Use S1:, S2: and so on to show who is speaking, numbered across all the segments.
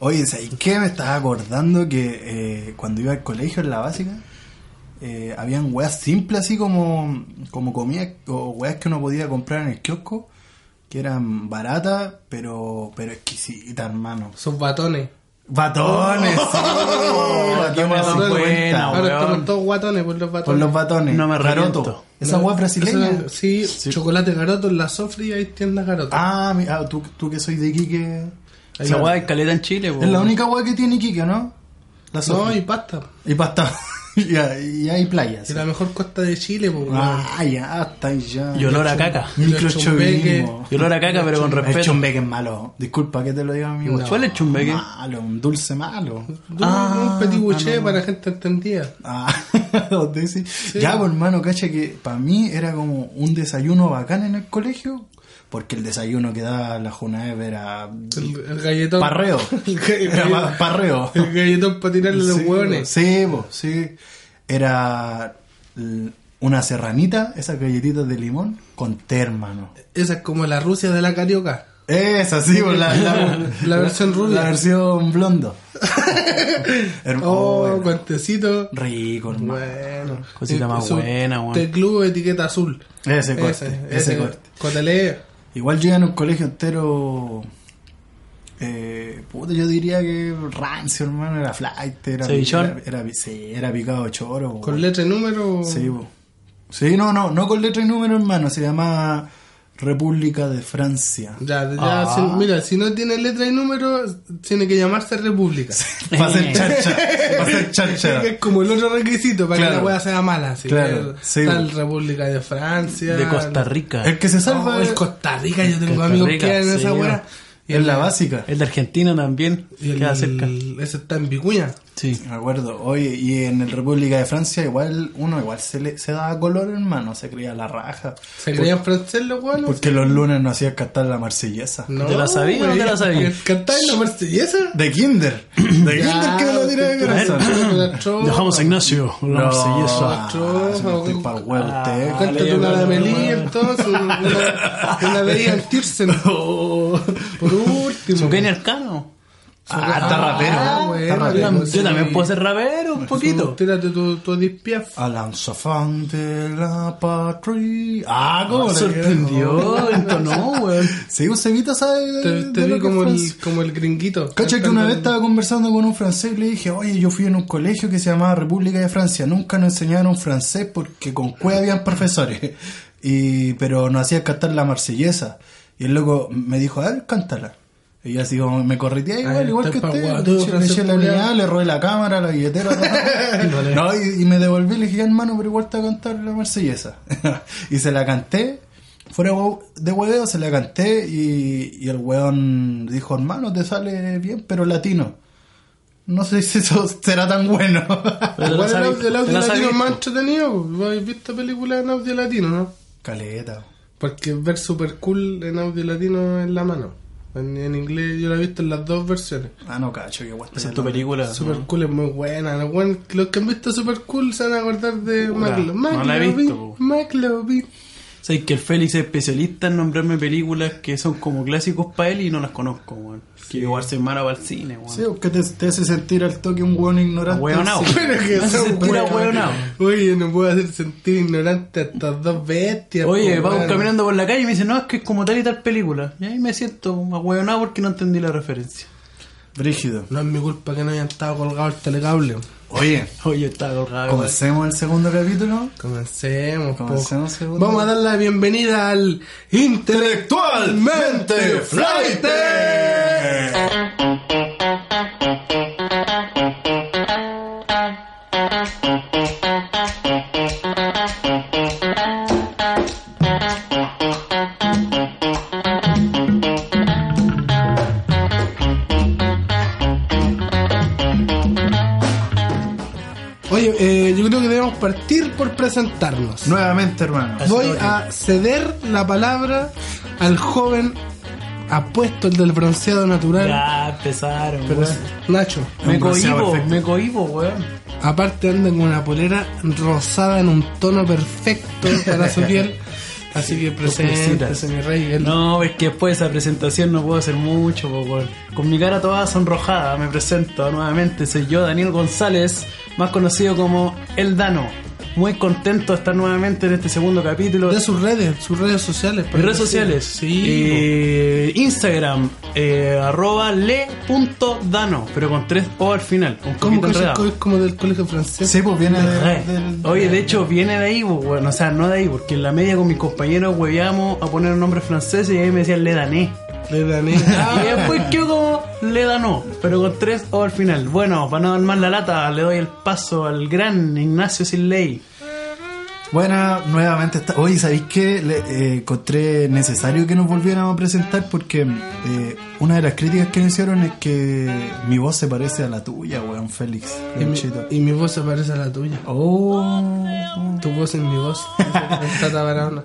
S1: Oye, ¿sabes qué? Me estaba acordando que eh, cuando iba al colegio en la básica, eh, habían weas simples así como, como comida o weas que uno podía comprar en el kiosco, que eran baratas, pero, pero exquisitas, hermano.
S2: Sus batones.
S1: Batones, sí, batones
S2: Batones.
S1: 50,
S2: Ahora
S1: Ah, weón.
S2: estamos todos guatones por los
S1: Por
S2: batones.
S1: los batones.
S3: No me arrepiento.
S1: Garoto. Esa wea brasileña.
S2: Eso- Sí, chocolate garoto en la sofri y hay tiendas garoto.
S1: Ah, mi- ah, tú, tú que soy de Iquique.
S2: Ahí
S3: Esa
S2: va.
S3: weá de caleta en Chile, po.
S1: Es la única wea que tiene Iquique, ¿no? La
S2: No,
S1: sopa.
S2: y pasta.
S1: Y pasta. y, hay- y hay playas.
S2: Es la mejor costa de Chile, pues, weón.
S1: Ah, ya, hasta ahí ya.
S3: Y olor a caca.
S1: Microchauvinismo.
S3: Y olor a caca, pero con
S1: El
S3: respeto.
S1: chumbeque es malo. Disculpa que te lo diga mi
S2: No.
S3: ¿Cuál es el chumbeque?
S1: Malo, un dulce malo.
S2: Du- un petit bouché para gente entendida.
S1: Ah, donde sí. Ya, pues, hermano, cacha que para mí era como un desayuno bacán en el colegio. Porque el desayuno que daba la Junaev era
S2: El, el galletón.
S1: parreo.
S2: El, ga- el
S1: Era
S2: galletón-
S1: pa- parreo.
S2: el galletón para tirarle los
S1: Sí,
S2: hueones.
S1: Sí, po, sí. Era l- una serranita, esas galletitas de limón, con té, hermano.
S2: Esa es como la Rusia de la carioca.
S1: Esa, sí, po, la, la-
S2: La versión rubia.
S1: La versión blondo. Herm-
S2: Oh,
S1: bueno.
S2: cuentecito.
S1: Rico, hermano.
S2: Bueno.
S3: Cosita
S2: Eh,
S3: más
S2: su-
S3: buena, weón.
S2: Te club etiqueta azul.
S1: Ese corte, ese, corte.
S2: Cotelea.
S1: Igual yo iba en un colegio entero. Eh, puta, yo diría que rancio, hermano, era flight, era,
S3: ¿Cevichón?
S1: era, era- sí, era picado choro. po.
S2: Con letra y número.
S1: Sí, po. Sí, no, no, no con letra y número, hermano. Se llama República de Francia.
S2: Ya, ya,
S3: Ah.
S2: si- mira, si no tiene letra y número, tiene que llamarse República.
S1: Va a ser chancha. Va a ser chancha.
S2: Que Es como el otro requisito para
S1: Claro.
S2: que la hueá sea mala. Así
S1: Claro,
S2: que
S1: sí,
S2: Tal
S1: po.
S2: República de Francia.
S3: De Costa Rica.
S1: El que se salva
S2: Oh,
S1: es
S2: el Costa Rica, yo tengo
S3: Costa
S2: amigos
S3: Rica,
S2: que eran en esa
S3: sí,
S2: hueá. Y
S1: es la
S2: el-
S1: básica.
S3: El de Argentina también.
S2: Y el,
S3: Queda cerca.
S2: Ese está en Vicuña.
S3: Sí.
S1: Me acuerdo. Oye, y en el República de Francia igual uno igual se le se daba color, hermano. Se creía la raja.
S2: ¿Se creían francés los hueones?
S1: Porque los lunes no hacía cantar la marsellesa.
S3: ¿Te la sabía o no te la sabía?
S2: ¿Cantáis la marsellesa?
S1: De Kinder. De Kinder que me lo tiré de corazón.
S3: Dejamos a Ignacio. La marsellesa.
S1: Ah, se me estoy pa'l huevo usted.
S2: Cántate una de Amelie, entonces, una, una de Ian Tiersen. Por último.
S3: ¿Su Kenny Arcano?
S1: Ah, está rapero.
S2: Ah,
S1: Está
S2: bueno,
S1: rapero.
S2: digamos,
S3: Yo
S2: sí.
S3: también puedo ser rapero un poquito.
S2: Tírate tu, tu dispiaf.
S1: Alan Safán de la patria. Ah, cómo
S3: Me
S1: le
S3: sorprendió, entonó, weón.
S1: Sí, Eusebita sabe de,
S2: Te,
S1: de
S2: te
S1: lo que
S2: vi como
S1: es
S2: el,
S1: Francia.
S2: como el gringuito.
S1: Cacha que una vez estaba conversando con un francés y le dije, oye, yo fui en un colegio que se llamaba República de Francia, nunca nos enseñaron francés porque con cueva habían profesores, y, pero nos hacían cantar la marsellesa. Y el loco me dijo, a ver, cántala. Y yo así como me corretea igual,
S2: Ay,
S1: igual
S2: está
S1: que
S2: pa'
S1: usted.
S2: guato,
S1: Le eché- Le
S2: francés
S1: eché la
S2: culiao.
S1: unidad, le robé la cámara, la billetera. todo. no, y, y me devolví, le dije, "Ya, hermano, pero igual te voy a cantar la marsellesa. y se la canté, fuera hue- de hueveo, se la canté y, y el weón dijo, hermano, te sale bien, pero latino. No sé si eso será tan bueno.
S3: Pero
S2: ¿Cuál
S3: la
S2: es el
S3: sabí-
S2: audio, el audio
S3: la
S2: latino
S3: sabí-
S2: más entretenido? ¿Vos habéis visto películas en audio latino, no?
S1: Caleta.
S2: Porque ver super cool en audio latino en la mano. En, en inglés yo la he visto en las dos versiones.
S1: Ah, no, cacho, que guasta.
S3: Esa es tu película.
S2: Super cool es muy buena. Los, buen- los que han visto super cool se van a acordar de
S3: Puta,
S2: McLovin.
S3: no la he
S2: McLovin,
S3: visto, po.
S2: McLovin.
S3: Sabes que el Félix es especialista en nombrarme películas que son como clásicos para él y no las conozco, weón. Que igual soy mala para el cine, weón.
S1: Sí, que te, te hace sentir al toque un weón ignorante.
S3: Ahueonao.
S1: Sí.
S2: Pero que
S3: Me hace
S2: son
S3: sentir
S2: hueones.
S3: ahueonao.
S2: Oye, no puedo hacer sentir ignorante a estas dos bestias.
S3: Oye,
S2: po,
S3: vamos
S2: weón.
S3: caminando por la calle y me dice, no, es que es como tal y tal película. Y ahí me siento ahueonado porque no entendí la referencia.
S1: Brígido.
S2: No es mi culpa que no hayan estado colgados el telecable.
S1: Oye,
S3: Oye, está colgado. weón.
S1: comencemos el segundo capítulo.
S2: Comencemos, po.
S1: Comencemos, segundo.
S2: Vamos a dar la bienvenida al Intelectualmente Flight. Oye, eh, yo creo que debemos partir por presentarnos.
S1: Nuevamente, hermano.
S2: Voy a ceder la palabra al joven apuesto, el del bronceado natural.
S3: Ya empezaron,
S2: Pero es
S3: weón.
S2: Nacho,
S3: Me
S1: Un bronceado
S3: cohibo,
S1: perfecto.
S3: me cohibo, weón.
S2: aparte anda con una polera rosada en un tono perfecto para su piel. Así que
S3: Sorpresitas.
S2: preséntese, mi rey. El-
S3: No, es que después de esa presentación no puedo hacer mucho, po, weón. Con mi cara toda sonrojada me presento nuevamente. Soy yo, Daniel González, más conocido como El Dano. Muy contento de estar nuevamente en este segundo capítulo.
S2: De sus redes, sus redes sociales.
S3: Mis
S2: para
S3: redes
S2: que
S3: sociales.
S2: Sí.
S3: Eh, Instagram, eh, arroba le.dano, pero con tres O al final. Un
S2: ¿Cómo
S3: poquito
S2: que ese
S3: enredado.
S2: co- es como del colegio francés?
S1: Sí, pues viene de-
S3: Ay.
S1: del-
S3: Oye, de hecho, viene de ahí, pues, bueno, o sea, no de ahí, porque en la media con mis compañeros hueveamos a poner un nombre francés y ahí me decían le dané.
S2: Le dané.
S3: Y
S1: Ah,
S3: después quedó como le danó, pero con tres O al final. Bueno, para no dar más la lata, le doy el paso al gran Ignacio Sin Ley.
S1: Bueno, nuevamente está. Oye, ¿sabéis qué? Le- eh, encontré necesario que nos volviéramos a presentar porque eh, una de las críticas que me hicieron es que mi voz se parece a la tuya, weón, Félix.
S2: Y mi,
S1: Chito.
S2: y mi voz se parece a la tuya.
S1: Oh.
S2: Tu voz es mi voz. Tata Barahona.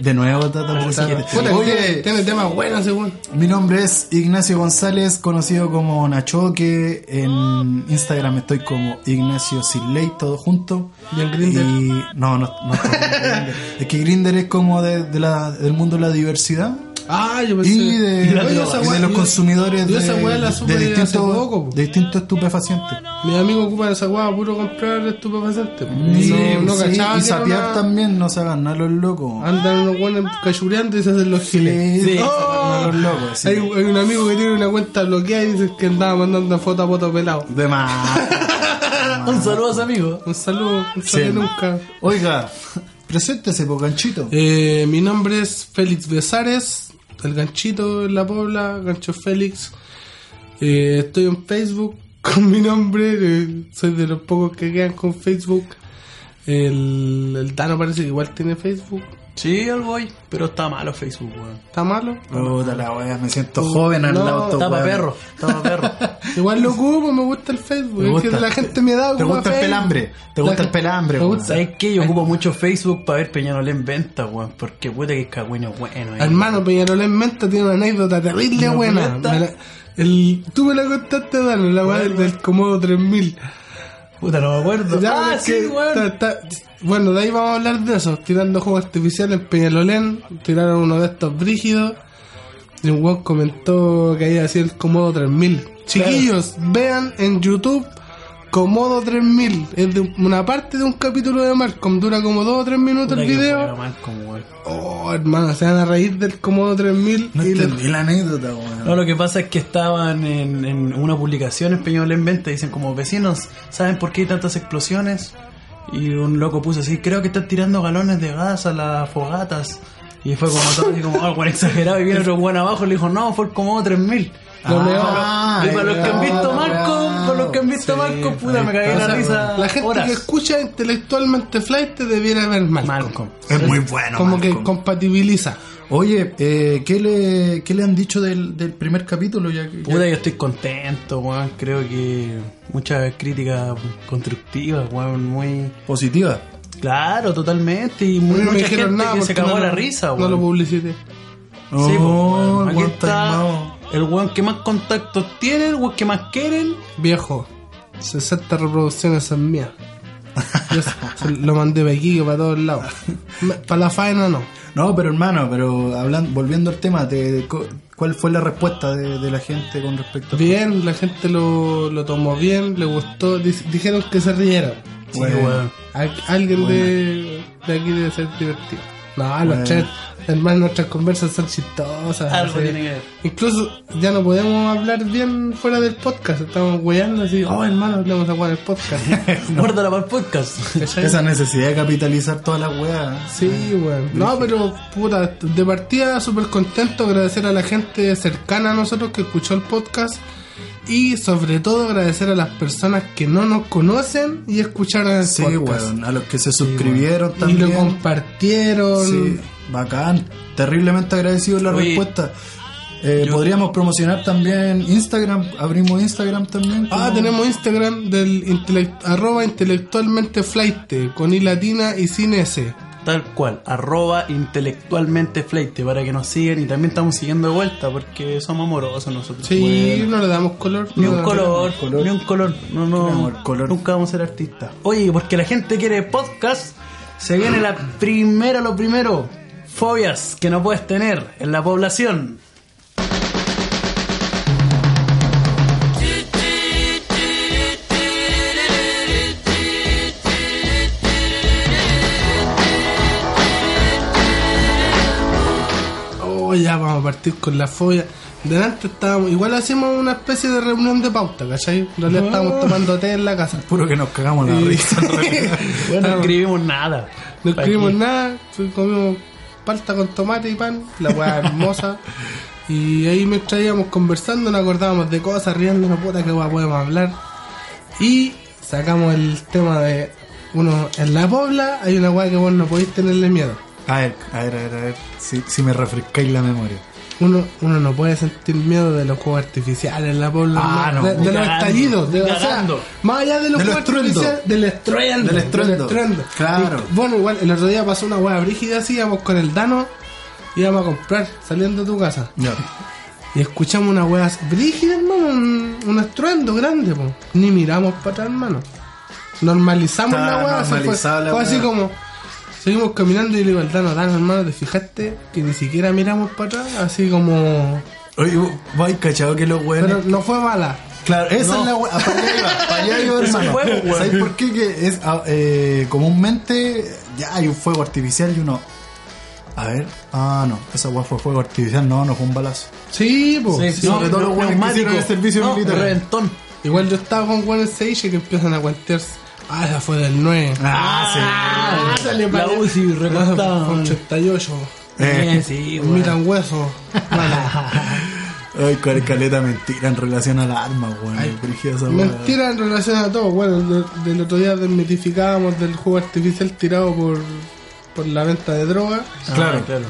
S1: De nuevo, Tata, por favor.
S2: Puta, tiene-
S1: Oye,
S2: tiene tema bueno, según.
S1: mi nombre es Ignacio González, conocido como Nachoque. En Instagram estoy como Ignacio Siley, todo junto.
S2: ¿Y en Grindr?
S1: Y- No, no, no. estoy en Grindr. es que Grinder es como de- de la- del mundo de la diversidad.
S2: Ah, yo pensé.
S1: y de,
S2: Oye,
S1: y
S2: esa
S1: de
S2: weá-
S1: los
S2: yo-
S1: consumidores
S2: yo
S1: de,
S2: esa weá la supe
S1: de
S2: hace poco, po.
S1: distintos, de distintos estupefacientes.
S2: Mis amigos ocupan esa guava puro comprar estupefacientes.
S1: Y-
S2: no, no
S1: sí,
S2: cachaba
S1: y
S2: que era
S1: sapear
S2: una- Ah,
S1: también, no se hagan a los locos.
S2: Andan unos buenos cachureantes y se hacen los giles. Oh.
S1: Sí,
S3: sí.
S1: se hagan a los locos. sí.
S2: Hay, un- hay un amigo que tiene una cuenta bloqueada y dice que andaba mandando fotos a voto pelado.
S1: De más.
S2: Ah.
S3: Un saludo, amigo.
S2: Un saludo, un
S1: Sí.
S2: saludo nunca.
S1: Oiga, preséntese, po ganchito.
S2: Eh, mi nombre es Félix Besares, el ganchito en la Pobla, gancho Félix. Eh, estoy en Facebook con mi nombre, eh, soy de los pocos que quedan con Facebook. El, el Dano parece que igual tiene Facebook.
S3: Sí, el voy, pero está malo Facebook, weón.
S2: ¿Está malo?
S1: Puta la wea, me siento joven al
S2: No,
S1: lado de estos
S3: Tapa
S1: weones.
S3: perro, tapa perro.
S2: Igual lo ocupo, me gusta el Facebook.
S1: Me
S2: es
S1: gusta.
S2: que la gente me da
S1: Te gusta el pelambre. Te gusta el pelambre,
S2: Me
S1: weón.
S2: gusta.
S3: ¿Sabes qué? Yo ocupo mucho Facebook para ver Peñarol en venta, weón. Porque puta que es cagüino bueno, eh.
S2: Hermano, Peñarolén Menta tiene una anécdota terrible
S3: ¿No
S2: buena.
S3: cuenta?
S2: Me la- el, tú me la contaste, Dano, la weá del, del Comodo 3000.
S3: Puta, no me acuerdo.
S2: Ya,
S3: ah,
S2: es
S3: sí,
S2: que
S3: weón.
S2: ta- ta- bueno, de ahí vamos a hablar de eso. Tirando juegos artificiales en Peñalolén, tiraron uno de estos brígidos. Y un weón comentó que había sido el Comodo 3000. Chiquillos, vean en YouTube Comodo 3000. Es de una parte de un capítulo de Marcom. Dura como 2 o 3 minutos
S3: Puta
S2: el
S3: que
S2: video.
S3: bueno, Malcolm, weón.
S2: Oh, hermano, se van a reír del Comodo 3000.
S1: No
S2: y le-
S1: entendí la anécdota, weón.
S3: No, lo que pasa es que estaban en, en una publicación en Peñarol en venta y dicen como vecinos, ¿saben por qué hay tantas explosiones? Y un loco puso así, creo que están tirando galones de gas a las fogatas. Y fue como todo así como, oh, bueno, exagerado. Y viene otro buen abajo y le dijo, no, fue como 3000.
S2: Lo
S1: Ah,
S2: leo.
S3: y para los que han visto
S1: ah,
S3: Marco,
S1: weón.
S3: para los que han visto
S1: Sí,
S3: Marco, puta,
S1: ahí
S3: me cagué
S1: está.
S3: la
S1: O sea,
S3: risa.
S2: La gente
S3: horas.
S2: que escucha intelectualmente flight debiera ver mal.
S3: Malcolm.
S1: Es muy
S3: Ah,
S1: bueno,
S2: Como que
S1: Malcolm.
S2: compatibiliza.
S1: Oye, eh, ¿qué, le, ¿qué le han dicho del, del primer capítulo? Ya, que- ya-
S3: Puta, yo estoy contento, weón. Creo que muchas críticas constructivas, weón, muy...
S1: Positiva.
S3: Claro, totalmente. Y muy,
S2: no me
S3: mucha
S2: dijeron
S3: gente
S2: nada
S3: que se
S2: porque
S3: cagó
S2: no
S3: la
S2: lo-
S3: risa,
S2: No
S3: weón.
S2: lo publicité.
S3: Sí, po,
S1: Oh,
S3: weón.
S1: el
S3: Aquí
S1: weón
S3: está
S1: taimado.
S3: el weón que más contactos tiene, el weón que más quieren.
S2: Viejo, 60 reproducciones son mías. Yo se- lo mandé para aquí, para todos lados. Me- Para la faena no.
S1: No, pero hermano, pero hablan- volviendo al tema, te- co- ¿cuál fue la respuesta de, de la gente con respecto a
S2: Bien, la gente lo, lo tomó bien, le gustó. di- dijeron que se rieron.
S3: Sí,
S1: Bueno.
S3: weón.
S2: Al- alguien de, de aquí debe ser divertido. No,
S1: Bueno.
S2: los tres, hermano, nuestras conversas son chistosas.
S3: Algo
S2: sí.
S3: tiene que ver.
S2: Incluso ya no podemos hablar bien fuera del podcast. Estamos weyando así. Oh, hermano, hablamos a el podcast.
S3: Guárdala para el podcast.
S2: ¿Cachai?
S1: esa necesidad de capitalizar todas las weas?
S2: Sí, weón. No, pero puta, de partida súper contento, agradecer a la gente cercana a nosotros que escuchó el podcast y sobre todo agradecer a las personas que no nos conocen y escucharon el
S1: Sí,
S2: podcast.
S1: weón, a los que se suscribieron
S2: Y
S1: también.
S2: lo compartieron.
S1: Sí, bacán. Terriblemente agradecido la
S3: Oye,
S1: respuesta. Eh,
S3: yo-
S1: Podríamos promocionar también Instagram. Abrimos Instagram también.
S2: Ah,
S1: como-
S2: tenemos Instagram del intelect- arroba intelectualmente flight con i latina y sin s.
S3: Tal cual, arroba intelectualmente fleite para que nos sigan y también estamos siguiendo de vuelta porque somos amorosos nosotros.
S2: Sí, no le damos color.
S3: Ni
S2: no
S3: un
S2: le
S3: color,
S1: color.
S3: ni un color. No,
S1: Queremos
S3: no,
S1: el color.
S3: nunca vamos a ser artistas. Oye, porque la gente quiere podcast, se viene la primera, lo primero. Fobias que no puedes tener en la población.
S2: Oh, ya vamos a partir con la fobia. Delante estábamos, igual hacemos una especie de reunión de pauta, ¿cachai? En realidad
S3: No.
S2: estábamos tomando té en la casa.
S1: Puro que nos cagamos la
S2: Y-
S1: risa. en realidad.
S3: Bueno, no
S2: Estábamos-
S3: escribimos nada.
S2: No
S3: Pa'
S2: escribimos
S3: qué.
S2: nada, fui- comimos palta con tomate y pan, la hueá hermosa. Y ahí mientras íbamos conversando nos acordábamos de cosas, riéndonos, puta, que hueá podemos hablar. Y sacamos el tema de uno, en la pobla hay una hueá que vos no podéis tenerle miedo.
S1: A ver, a ver, a ver, a ver. Si, si me refrescáis la memoria.
S2: Uno, uno no puede sentir miedo de los juegos artificiales en la pobla.
S1: Ah, no,
S2: de, de los
S3: cagando,
S2: estallidos, de, o sea,
S3: cagando.
S2: más allá de los
S1: Del
S2: juegos
S1: estruendo.
S2: artificiales, del estruendo.
S1: Del estruendo, claro.
S2: Y, bueno, igual el otro día pasó una hueá brígida así, íbamos con el Dano, íbamos a comprar saliendo de tu casa.
S1: Ya.
S2: Y escuchamos una hueá brígida, hermano, un, un estruendo grande, po. Ni miramos para atrás, hermano. Normalizamos
S1: Está
S2: la hueá, se fue,
S1: normalizada la
S2: fue así
S1: hueá.
S2: como... Seguimos caminando y le digo al Dano, Dano, hermano, ¿te fijaste que ni siquiera miramos para atrás? Así como...
S1: Oye, vos- vos habéis cachado que los
S2: Pero
S1: weones.
S2: no fue mala.
S1: Claro, esa
S3: no.
S1: es la wea. Para allá iba, para allá iba,
S3: Es un
S1: hermano.
S3: juego, weón.
S1: ¿Sabes por qué? Que es ah, eh, comúnmente ya hay un fuego artificial y uno. A ver, ah, no, esa weá fue fuego artificial, no, no fue un balazo.
S2: Sí,
S3: Sí,
S2: pues.
S3: sí,
S1: sobre todo los hueones que
S3: neumáticos.
S1: hicieron el servicio
S3: No,
S1: militar.
S3: Reventón.
S2: Igual yo estaba con Juan Seiche que empiezan a guantearse. Ah, esa fue del 9.
S1: Ah,
S3: Ah,
S2: Ándale,
S3: la
S2: vale.
S3: UCI recortada.
S2: Fue 88.
S1: Eh.
S3: Eh, sí, weón.
S2: Miran hueso.
S1: sí. Ay, cuál caleta mentira en relación a la arma, weón.
S2: Ay,
S1: brígida esa weá.
S2: Mentira en relación a todo. Bueno, de- del otro día desmitificábamos del juego artificial tirado por, por la venta de droga.
S1: Claro.
S3: Ah, claro.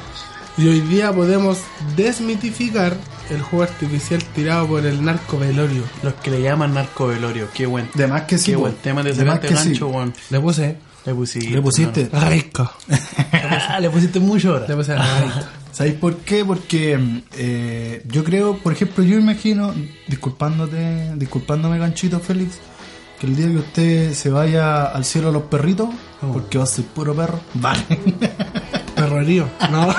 S2: Y hoy día podemos desmitificar el juego artificial tirado por el narco velorio.
S3: Los que le llaman narcovelorio. Qué buen,
S1: De más que sí.
S3: qué
S1: po.
S3: buen tema de
S1: De más
S3: sacaste
S1: que sí.
S3: gancho, weón.
S2: Le puse
S3: Le pusiste.
S1: Le pusiste.
S2: rico.
S3: Ah, le pusiste mucho ahora.
S2: Le puse rico.
S1: ¿Sabéis por qué? Porque mm, eh, yo creo, por ejemplo, yo imagino, disculpándote, disculpándome ganchito Félix, que el día que usted se vaya al cielo a los perritos,
S3: Oh.
S1: porque va a ser puro perro, vale.
S2: Perrorío. No.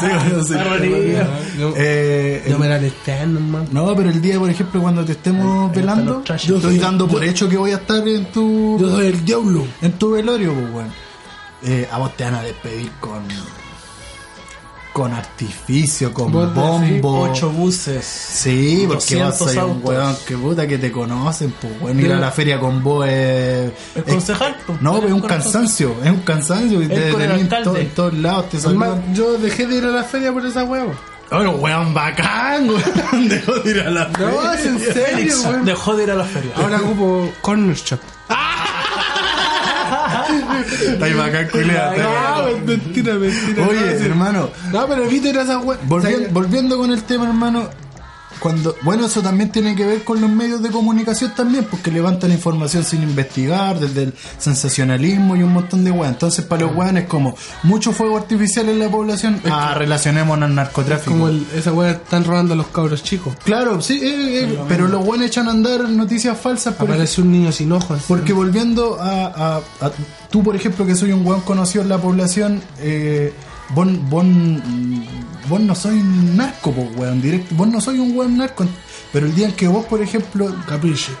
S1: Sí, va a ser puro
S3: Perrorío.
S1: perro.
S2: Yo-
S1: Eh,
S2: Yo me la listando, man.
S1: no, pero el día, por ejemplo, cuando te estemos
S3: ahí están
S1: velando,
S3: los trashes.
S1: yo
S3: Yo
S1: estoy
S3: soy-
S1: dando por hecho que voy a estar en tu
S2: Yo soy el diablo.
S1: en tu velorio, pues, weón. Eh, a vos te van a despedir con con artificio, con
S2: Vos decís,
S1: bombo.
S3: Ocho buses.
S1: Sí, porque vas a
S3: 200
S1: ser un
S3: autos.
S1: weón que puta que te conocen, pues weón, ir a
S2: Pero-
S1: la feria con vos es...
S3: El
S1: es-
S3: concejal. pues,
S1: no,
S3: el
S1: es un
S3: corazón.
S1: cansancio, es un cansancio y te
S3: con
S1: tenés
S3: el
S1: en,
S3: alcalde.
S1: to- en todos lados, te saludan.
S2: Man, yo dejé de ir a la feria por esa huevo.
S1: Bueno, weón bacán, weón, dejó de ir a la feria.
S2: No, es en serio,
S3: Félix
S2: weón.
S3: dejó de ir a la feria.
S2: Ahora ocupo corner shop.
S1: Ay, bacán, culiao,
S2: No,
S1: te-
S2: mentira, mentira.
S1: Oye,
S2: no, sí.
S1: hermano,
S2: No, pero evito ir a esa huevo.
S1: Volvien- volviendo con el tema, hermano. Cuando, bueno, eso también tiene que ver con los medios de comunicación también, porque levantan información sin investigar, desde el sensacionalismo y un montón de weas. Entonces, para los weones, como mucho fuego artificial en la población, ah, relacionemos al narcotráfico.
S2: Como el- esa hueá están robando a los cabros chicos.
S1: Claro, sí, eh, eh, pero los weones echan a andar noticias falsas por
S2: Aparece un niño sin ojos.
S1: porque volviendo a, a- a- tú, por ejemplo, que soy un weón conocido en la población, eh, vos, vos- vos no soy un narco, po, weón, directo, vos no soy un weón narco, pero el día en que vos, por ejemplo,
S2: Capiche.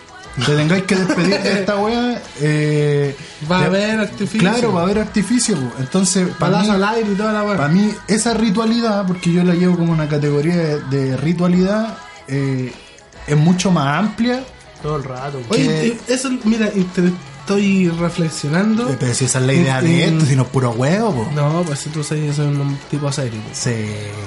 S1: te tengáis que despedir de esta weá, eh,
S2: Va a
S1: ya-
S2: haber artificio.
S1: Claro, va a haber artificio, po. entonces, para
S2: Palazo
S1: mí,
S2: al aire y toda la
S1: pa'
S2: hueá.
S1: mí, esa ritualidad, porque yo la llevo como una categoría de, de ritualidad, eh, es mucho más amplia.
S3: Todo el rato. weón.
S2: Oye, eh, eso, mira, y te estoy reflexionando.
S1: eh, Pero si esa es la idea de esto, si no es puro huevo, po.
S2: No, pues si tú sabes, yo soy un tipo serio.
S1: Sí.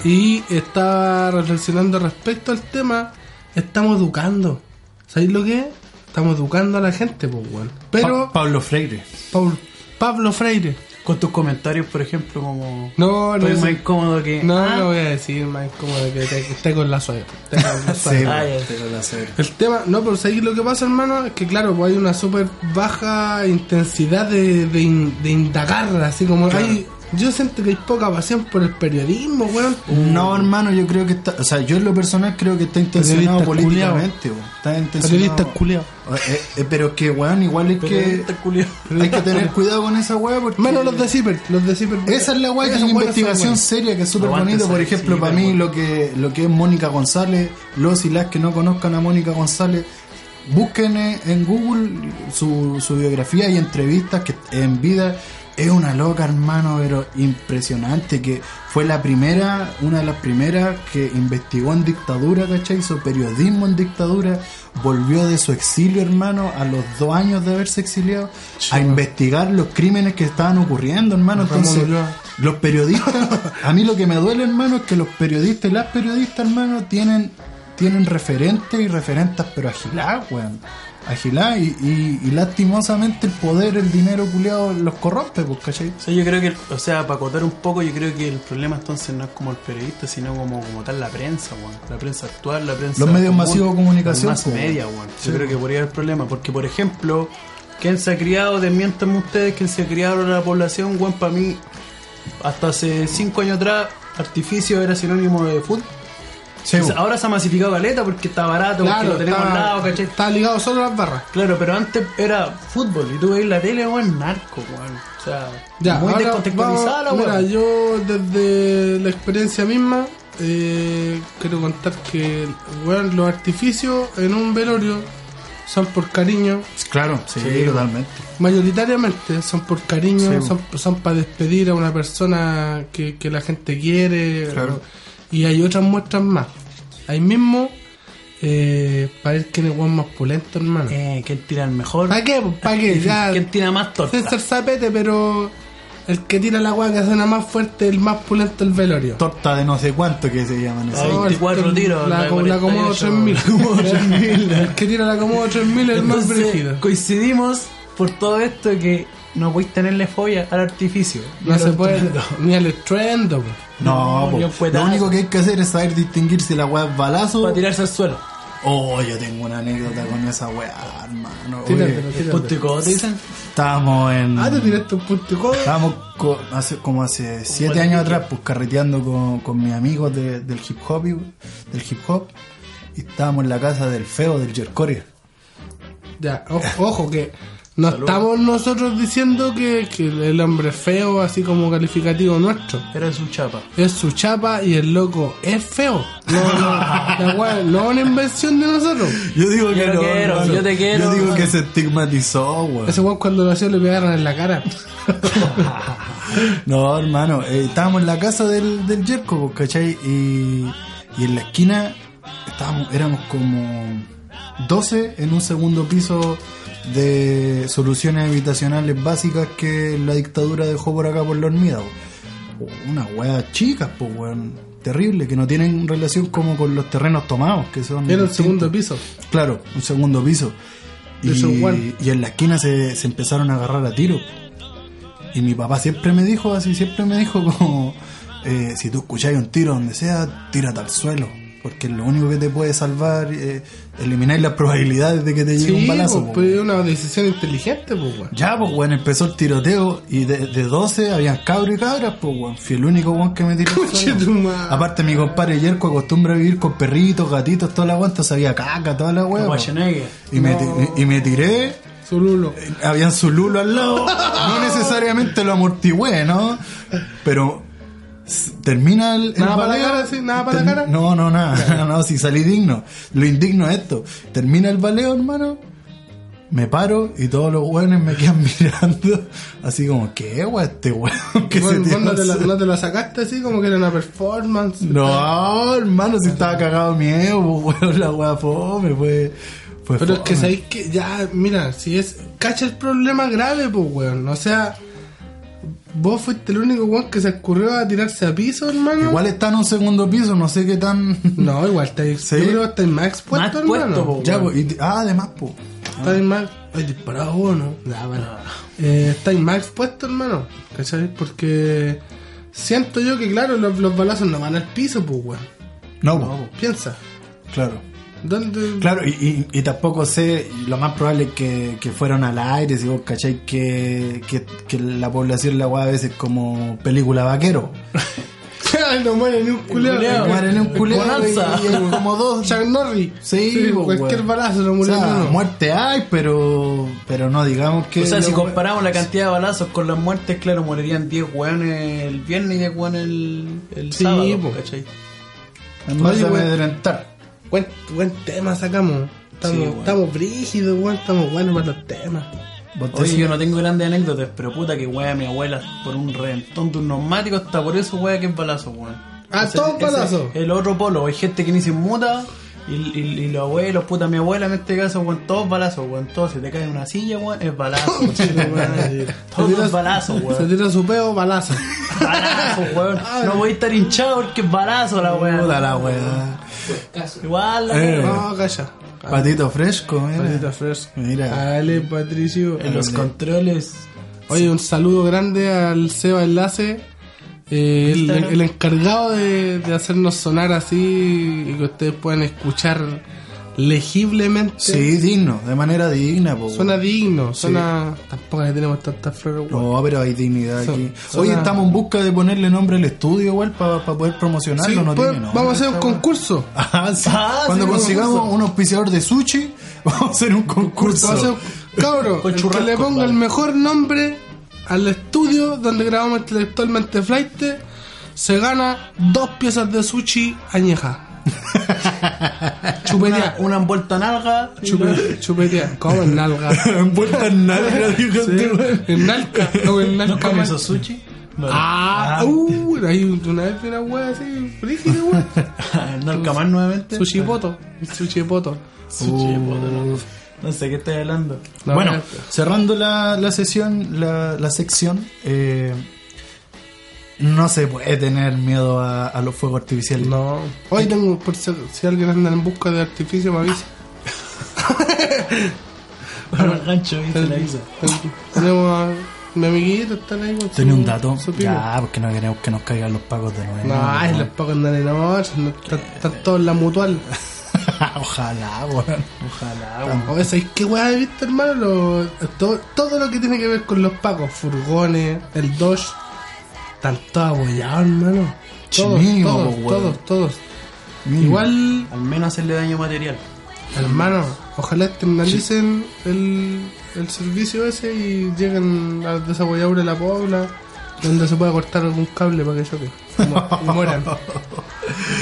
S2: Y estaba reflexionando respecto al tema, estamos educando. ¿Sabéis lo que es? Estamos educando a la gente, pues, weón. Pero,
S1: Pa- Pablo Freire.
S2: Paul- Pablo Freire.
S3: Con tus comentarios, por ejemplo, como.
S2: No, no,
S3: Estoy
S2: es-
S3: más incómodo que.
S2: no,
S3: Ah,
S2: no voy a decir más como de que te- que esté con la suegra. Esté con la
S1: Sí,
S2: suegra.
S3: Ah,
S1: bo,
S3: ya.
S1: te lo la sé.
S2: El tema, no, pero seguir lo que pasa, hermano, es que claro, pues hay una súper baja intensidad de, de in- de indagar, así como hay Yo siento que hay poca pasión por el periodismo, weón.
S1: No, hermano, yo creo que está. O sea, yo en lo personal creo que está intencionado
S2: Periodistas
S1: políticamente, weón. Está intencionado.
S2: Periodistas culiados.
S1: Eh, eh, pero es que, weón, igual es que.
S3: Periodista culiao.
S1: Hay que tener cuidado con esa weá porque.
S2: Menos los de Zipper, los de Zipper.
S1: Esa es la weá que es una
S2: Esas weas son
S1: investigación
S2: buenas.
S1: seria que es súper
S3: Aguante
S1: bonito.
S3: esa
S1: Por ejemplo,
S3: sí,
S1: para
S3: la
S1: mí
S3: weá.
S1: lo que, lo que es Mónica González, los y las que no conozcan a Mónica González, busquen eh, en Google su, su biografía y entrevistas que en vida es una loca, hermano, pero impresionante. Que fue la primera, una de las primeras que investigó en dictadura, ¿cachai? Hizo periodismo en dictadura, volvió de su exilio, hermano, a los dos años de haberse exiliado, a investigar los crímenes que estaban ocurriendo, hermano.
S2: Ramón
S1: Entonces,
S2: Ulloa.
S1: los periodistas, a mí lo que me duele, hermano, es que los periodistas y las periodistas, hermano, tienen, tienen referentes y referentas, pero agiladas, weón. Agiladas y, y, y lastimosamente el poder, el dinero culiado los corrompe, pues, ¿cachai?
S3: O sea, yo creo que, el- o sea, para acotar un poco, yo creo que el problema entonces no es como el periodista, sino como, como tal la prensa, weón. La prensa actual, la prensa.
S1: Los medios masivos de comunicación,
S3: Más
S1: pues, weón.
S3: media, weón. Yo creo que por ahí es el problema, porque por ejemplo, quien se ha criado, desmientanme ustedes, quien se ha criado en la población, weón, para mí, hasta hace cinco años atrás, artificio era sinónimo de fútbol.
S1: Sí,
S3: O sea,
S1: pues.
S3: ahora se ha masificado caleta porque está barato, porque lo tenemos
S2: está,
S3: al lado, ¿cachai?
S2: está ligado solo a las barras.
S3: Claro, pero antes era fútbol y tú veis la tele, weón, narco, weón. O sea,
S2: Ya,
S3: muy
S2: ahora
S3: descontextualizada la
S2: vamos-
S3: weón.
S2: Mira, yo desde la experiencia misma eh, quiero contar que weón, los artificios en un velorio son por cariño,
S1: ah, claro, sí, pues. totalmente.
S2: mayoritariamente son por cariño,
S1: Sí.
S2: son, para despedir a una persona que, que la gente quiere.
S1: Claro.
S2: Y hay otras muestras más. Ahí mismo, eh, para ver quién es weón más pulento, hermano.
S3: Eh, ¿Quién tira el mejor?
S2: ¿Para qué? ¿Para qué? Ya,
S3: ¿Quién tira más torta?
S2: César Zapete, pero el que tira la agua que suena más fuerte, el más pulento, el velorio.
S1: Torta de no sé cuánto que se llaman eso.
S3: Ay.
S2: No, el
S3: 24
S2: que-
S3: tiros,
S2: La,
S3: la
S2: como- la Comodo
S3: 48.
S2: 3000. el que tira la Comodo 3000 es el más
S3: Entonces,
S2: brígido.
S3: coincidimos por todo esto que no podéis tenerle fobia al artificio.
S2: No se puede. Ni al estruendo. po.
S1: No,
S3: No,
S1: pues,
S3: yo puedo.
S1: lo único que hay que hacer es saber distinguir si la weá es balazo.
S3: Para tirarse al suelo.
S1: Oh, yo tengo una anécdota con esa weá, hermano. Oye,
S2: Tíratelo,
S3: Punto y
S2: tíratelo.
S3: codo, te dicen.
S1: Estábamos en.
S2: Ah, te tiraste un punto y codo.
S1: Estábamos co- hace, como hace siete años atrás, pues carreteando con, con mis amigos de- del hip hop, y- del hip hop, y estábamos en la casa del feo, del Jercoria.
S2: Ya, ojo, ojo, que no estamos nosotros diciendo que, que el hombre es feo, así como calificativo nuestro.
S3: Era su chapa.
S2: Es su chapa y el loco es feo. No, no, la weá, no es una invención de nosotros.
S1: Yo digo
S3: que Yo no, quiero, hermano. yo te quiero,
S1: Yo digo
S3: hermano.
S1: que se estigmatizó, weón.
S2: Ese weón cuando lo hacía le pegaron en la cara.
S1: No, hermano, eh, estábamos en la casa del, del Jerko, pues, ¿cachai? Y, y en la esquina estábamos, éramos como 12 en un segundo piso de soluciones habitacionales básicas que la dictadura dejó por acá por la hormiga. pues. Unas weas chicas, pues, weón. Terrible, que no tienen relación como con los terrenos tomados, que son...
S2: Era el
S1: distintos.
S2: segundo piso.
S1: Claro, un segundo piso.
S2: De San Juan.
S1: Y, y en la esquina se, se empezaron a agarrar a tiro. Y mi papá siempre me dijo así, siempre me dijo como, eh, si tú escucháis un tiro donde sea, tírate al suelo. Porque es lo único que te puede salvar, eh, elimináis las probabilidades de que te llegue
S2: Sí,
S1: un balazo.
S2: pues,
S1: po,
S2: pues,
S1: weón.
S2: una decisión inteligente, pues, weón.
S1: Ya, pues, weón, empezó el tiroteo y de, de 12 habían cabros y cabras, pues, weón. Fui el único weón que me tiró. al
S2: Conche
S1: suelo.
S2: tu madre.
S1: Aparte, mi compadre Yerko acostumbra a vivir con perritos, gatitos, toda la weón, entonces había caca, toda la weón.
S3: Schwarzenegger.
S1: Y, me, ti- y me tiré,
S2: Zululo.
S1: habían su lulo al lado, no necesariamente lo amortigüé, ¿no? Pero s- termina el... el
S2: Nada para la
S1: baleo,
S2: cara, sí, nada para la
S1: termi-
S2: cara.
S1: No, no, nada, no, si salí digno. Lo indigno es esto. Termina el baleo, hermano, me paro y todos los hueones me quedan mirando, así como, ¿qué, weón, este weón que se
S2: Weón,
S1: tiró
S2: vos no, te la,
S1: al-
S2: no te la sacaste así como que era una performance.
S1: No, hermano, si estaba cagado de miedo, pues, weón, la wea fome, fue... fue
S2: Pero es que
S1: fome.
S2: sabéis que ya, mira, si es. Cacha el problema grave, pues, weón. O sea, vos fuiste el único weón que se ocurrió a tirarse a piso, hermano.
S1: Igual está en un segundo piso, no sé qué tan...
S2: No, igual estáis.
S1: Sí.
S2: Yo creo que estáis más expuesto,
S3: Más
S2: hermano.
S3: expuesto, po,
S1: Ya, pues, y te- ah, además, pues.
S2: Estáis más. Ay, disparado vos, ¿no? Nah, bueno. Eh, estáis más expuestos, hermano. ¿Cachai? Porque. Siento yo que, claro, los, los balazos no van al piso, pues, weón.
S1: No, po.
S2: Piensa.
S1: claro.
S2: ¿Dónde?
S1: Claro, y, y- y tampoco sé, y lo más probable es que, que fueron al aire, si vos cacháis que, que, que la población la weá a veces como película vaquero.
S2: Ay, no muere ni un culeado.
S3: culeado.
S2: Muere-
S1: Mueren en un culeo y,
S3: Bonanza.
S1: y hay como dos.
S2: Chuck Norris.
S1: Sí, pues,
S2: cualquier
S1: weón.
S2: balazo no
S1: O
S2: murió.
S1: sea,
S2: ninguno.
S1: muerte hay, pero pero no digamos que...
S3: O sea, si
S1: lo-
S3: comparamos la cantidad de balazos con las muertes, claro, morirían 10 weones el viernes y 10 weones el, el
S2: Sí,
S3: sábado,
S2: po.
S3: ¿cachai?
S1: En vez
S2: Oye,
S1: de
S2: weón.
S1: amedrentar.
S2: Buen, buen tema sacamos. Estamos,
S3: Sí, weón.
S2: estamos brígidos, weón. Estamos buenos para los temas.
S1: Vos te
S3: Oye,
S1: decís,
S3: yo no tengo grandes anécdotas, pero puta que wea mi abuela por un reventón de un neumático está por eso wea que es balazo, weón.
S2: Ah,
S3: Ese-
S2: todo
S3: ese
S2: balazo.
S3: es El otro polo, hay gente que ni se muta y, y, y los abuelos, puta mi abuela en este caso, weón, todos balazos, weón. Todo se te cae en una silla, weón, es balazo, weón. Todo es balazo,
S2: Se
S3: weón.
S2: tiró su peo, balazo.
S3: Balazo, weón. No voy a estar hinchado porque es balazo la wea.
S1: puta la weá.
S3: Igual la
S1: Eh.
S3: wea.
S2: No, calla.
S1: Patito fresco, eh. mira.
S2: Patita fresca.
S1: Mira.
S2: Dale, Patricio.
S3: En los controles.
S2: Oye, un saludo grande al Seba Enlace, eh, el,
S3: Instagram.
S2: el encargado de, de hacernos sonar así y que ustedes puedan escuchar legiblemente.
S1: Sí, digno, de manera digna. po, weón.
S2: Suena digno, suena... Tampoco le tenemos tantas flores. weón.
S1: No, pero hay dignidad
S2: Son-
S1: aquí.
S2: son
S1: Oye,
S2: una-
S1: estamos en busca de ponerle nombre al estudio, igual, para poder promocionarlo.
S2: Sí,
S1: no
S2: pues,
S1: tiene nombre
S2: vamos a hacer un
S1: esta weá.
S2: concurso.
S1: Ah, sí.
S3: Ah,
S1: Cuando
S3: sí,
S1: consigamos
S3: concurso.
S1: un auspiciador de sushi, vamos a hacer un concurso.
S2: Vamos a hacer un- Cabro,
S3: Con
S2: el que
S3: churrasco,
S2: le ponga
S3: vale.
S2: el mejor nombre al estudio donde grabamos intelectualmente Flight se gana dos piezas de sushi añeja.
S3: Una,
S2: Chupetea.
S3: una envuelta nalga. y la-
S2: Chupe, chupetea, como en nalga.
S1: Envuelta en nalga, fíjate, weón.
S2: En nalga, como en nalga.
S3: ¿No comes esos sushi?
S2: Ah, uh, ahí una vez vi una wea así, brígida wea.
S3: Narcamán nuevamente.
S2: Sushi poto, sushi poto.
S3: Sushi, puta, no. No sé qué estoy hablando.
S2: La
S1: Bueno,
S2: wea-
S1: cerrando la, la sesión, la, la sección, eh, no se puede tener miedo a, a los fuegos artificiales.
S2: No. Hoy tengo, por si, si alguien anda en busca de artificio, me avisa.
S3: Para el gancho, ahí se la hizo.
S2: Tenemos a mi amiguito, están ahí con
S1: ¿Tiene
S2: su-
S1: un dato?
S2: su pico.
S1: Ya, porque no queremos que nos caigan los pagos de nuevo.
S2: No, ay,
S1: weón.
S2: los pocos andan en ocho, no, están, están todos en la mutual.
S1: Ojalá, weón. Ojalá, weón.
S2: A veces, ¿qué weá he visto, hermano? Lo- todo, todo lo que tiene que ver con los pacos, furgones, el Dodge, están todos abollados, hermano. Todos,
S1: Chimimo,
S2: todos,
S1: po, pues, weón.
S2: todos, todos. Igual,
S3: Al menos hacerle daño material.
S2: hermano, ojalá externalicen el, el servicio ese y lleguen a desabolladura de la pobla, donde se pueda cortar algún cable para que choque. Y mueran.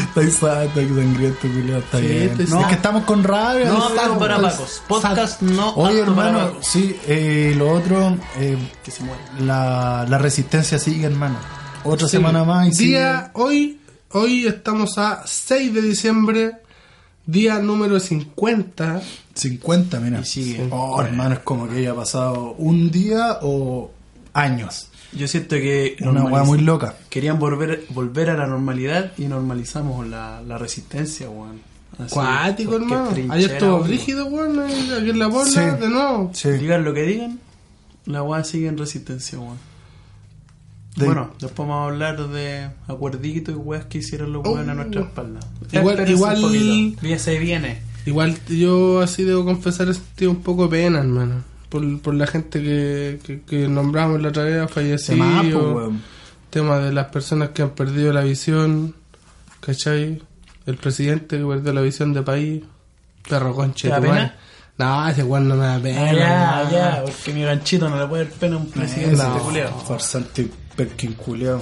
S1: Está exato, está sangriento, culiao, está
S2: Sí,
S1: bien.
S2: estoy
S1: No, es
S2: sad.
S1: que estamos con rabia.
S3: No
S1: decimos,
S3: apto para
S1: pues.
S3: pacos. Podcast no
S1: Oye,
S3: apto para
S1: hermano,
S3: pacos.
S1: sí, eh, lo otro, eh,
S3: Que se muera.
S1: la, la resistencia sigue, hermano. Otra
S2: Sí.
S1: semana más y
S2: Día, hoy, hoy estamos a 6 de diciembre, día número 50.
S1: sigue 50, mira.
S3: Y sigue.
S1: Oh, hermano, es como que haya pasado un día o años.
S3: Yo siento que
S1: Una
S3: normaliz-
S1: weá muy loca.
S3: querían volver volver a la normalidad y normalizamos la, la resistencia, weón. Así,
S2: Cuático,
S3: porque
S2: hermano.
S3: pues, trinchera,
S2: Ayer estuvo
S3: weón.
S2: brígido, weón, ahí, aquí en la bola,
S1: Sí.
S2: de nuevo.
S1: Sí.
S3: Digan lo que digan, la weá sigue en resistencia, weón.
S1: De-
S3: Bueno, después vamos a hablar de acuerditos y weas que hicieron los weones a nuestra espalda.
S2: Uh. Igual-
S3: Espérense
S2: igual-
S3: un poquito. Bien, se viene.
S2: Igual yo así debo confesar, he sentido un poco pena, hermano. Por, por la gente que, que, que nombramos la otra vez,
S1: Se llama
S3: pues,
S1: Apple,
S2: fallecido.
S1: weón.
S2: Tema de las personas que han perdido la visión. ¿Cachai? El presidente que perdió la visión de país. Perro conche.
S3: ¿Te da
S2: tu
S3: pena?
S2: madre. No, ese weón no me da pena.
S3: Ya,
S2: hermano.
S3: ya, porque mi ganchito no le puede dar pena a un presidente
S1: Ese,
S3: culiao.
S1: Farsante perkin culiao.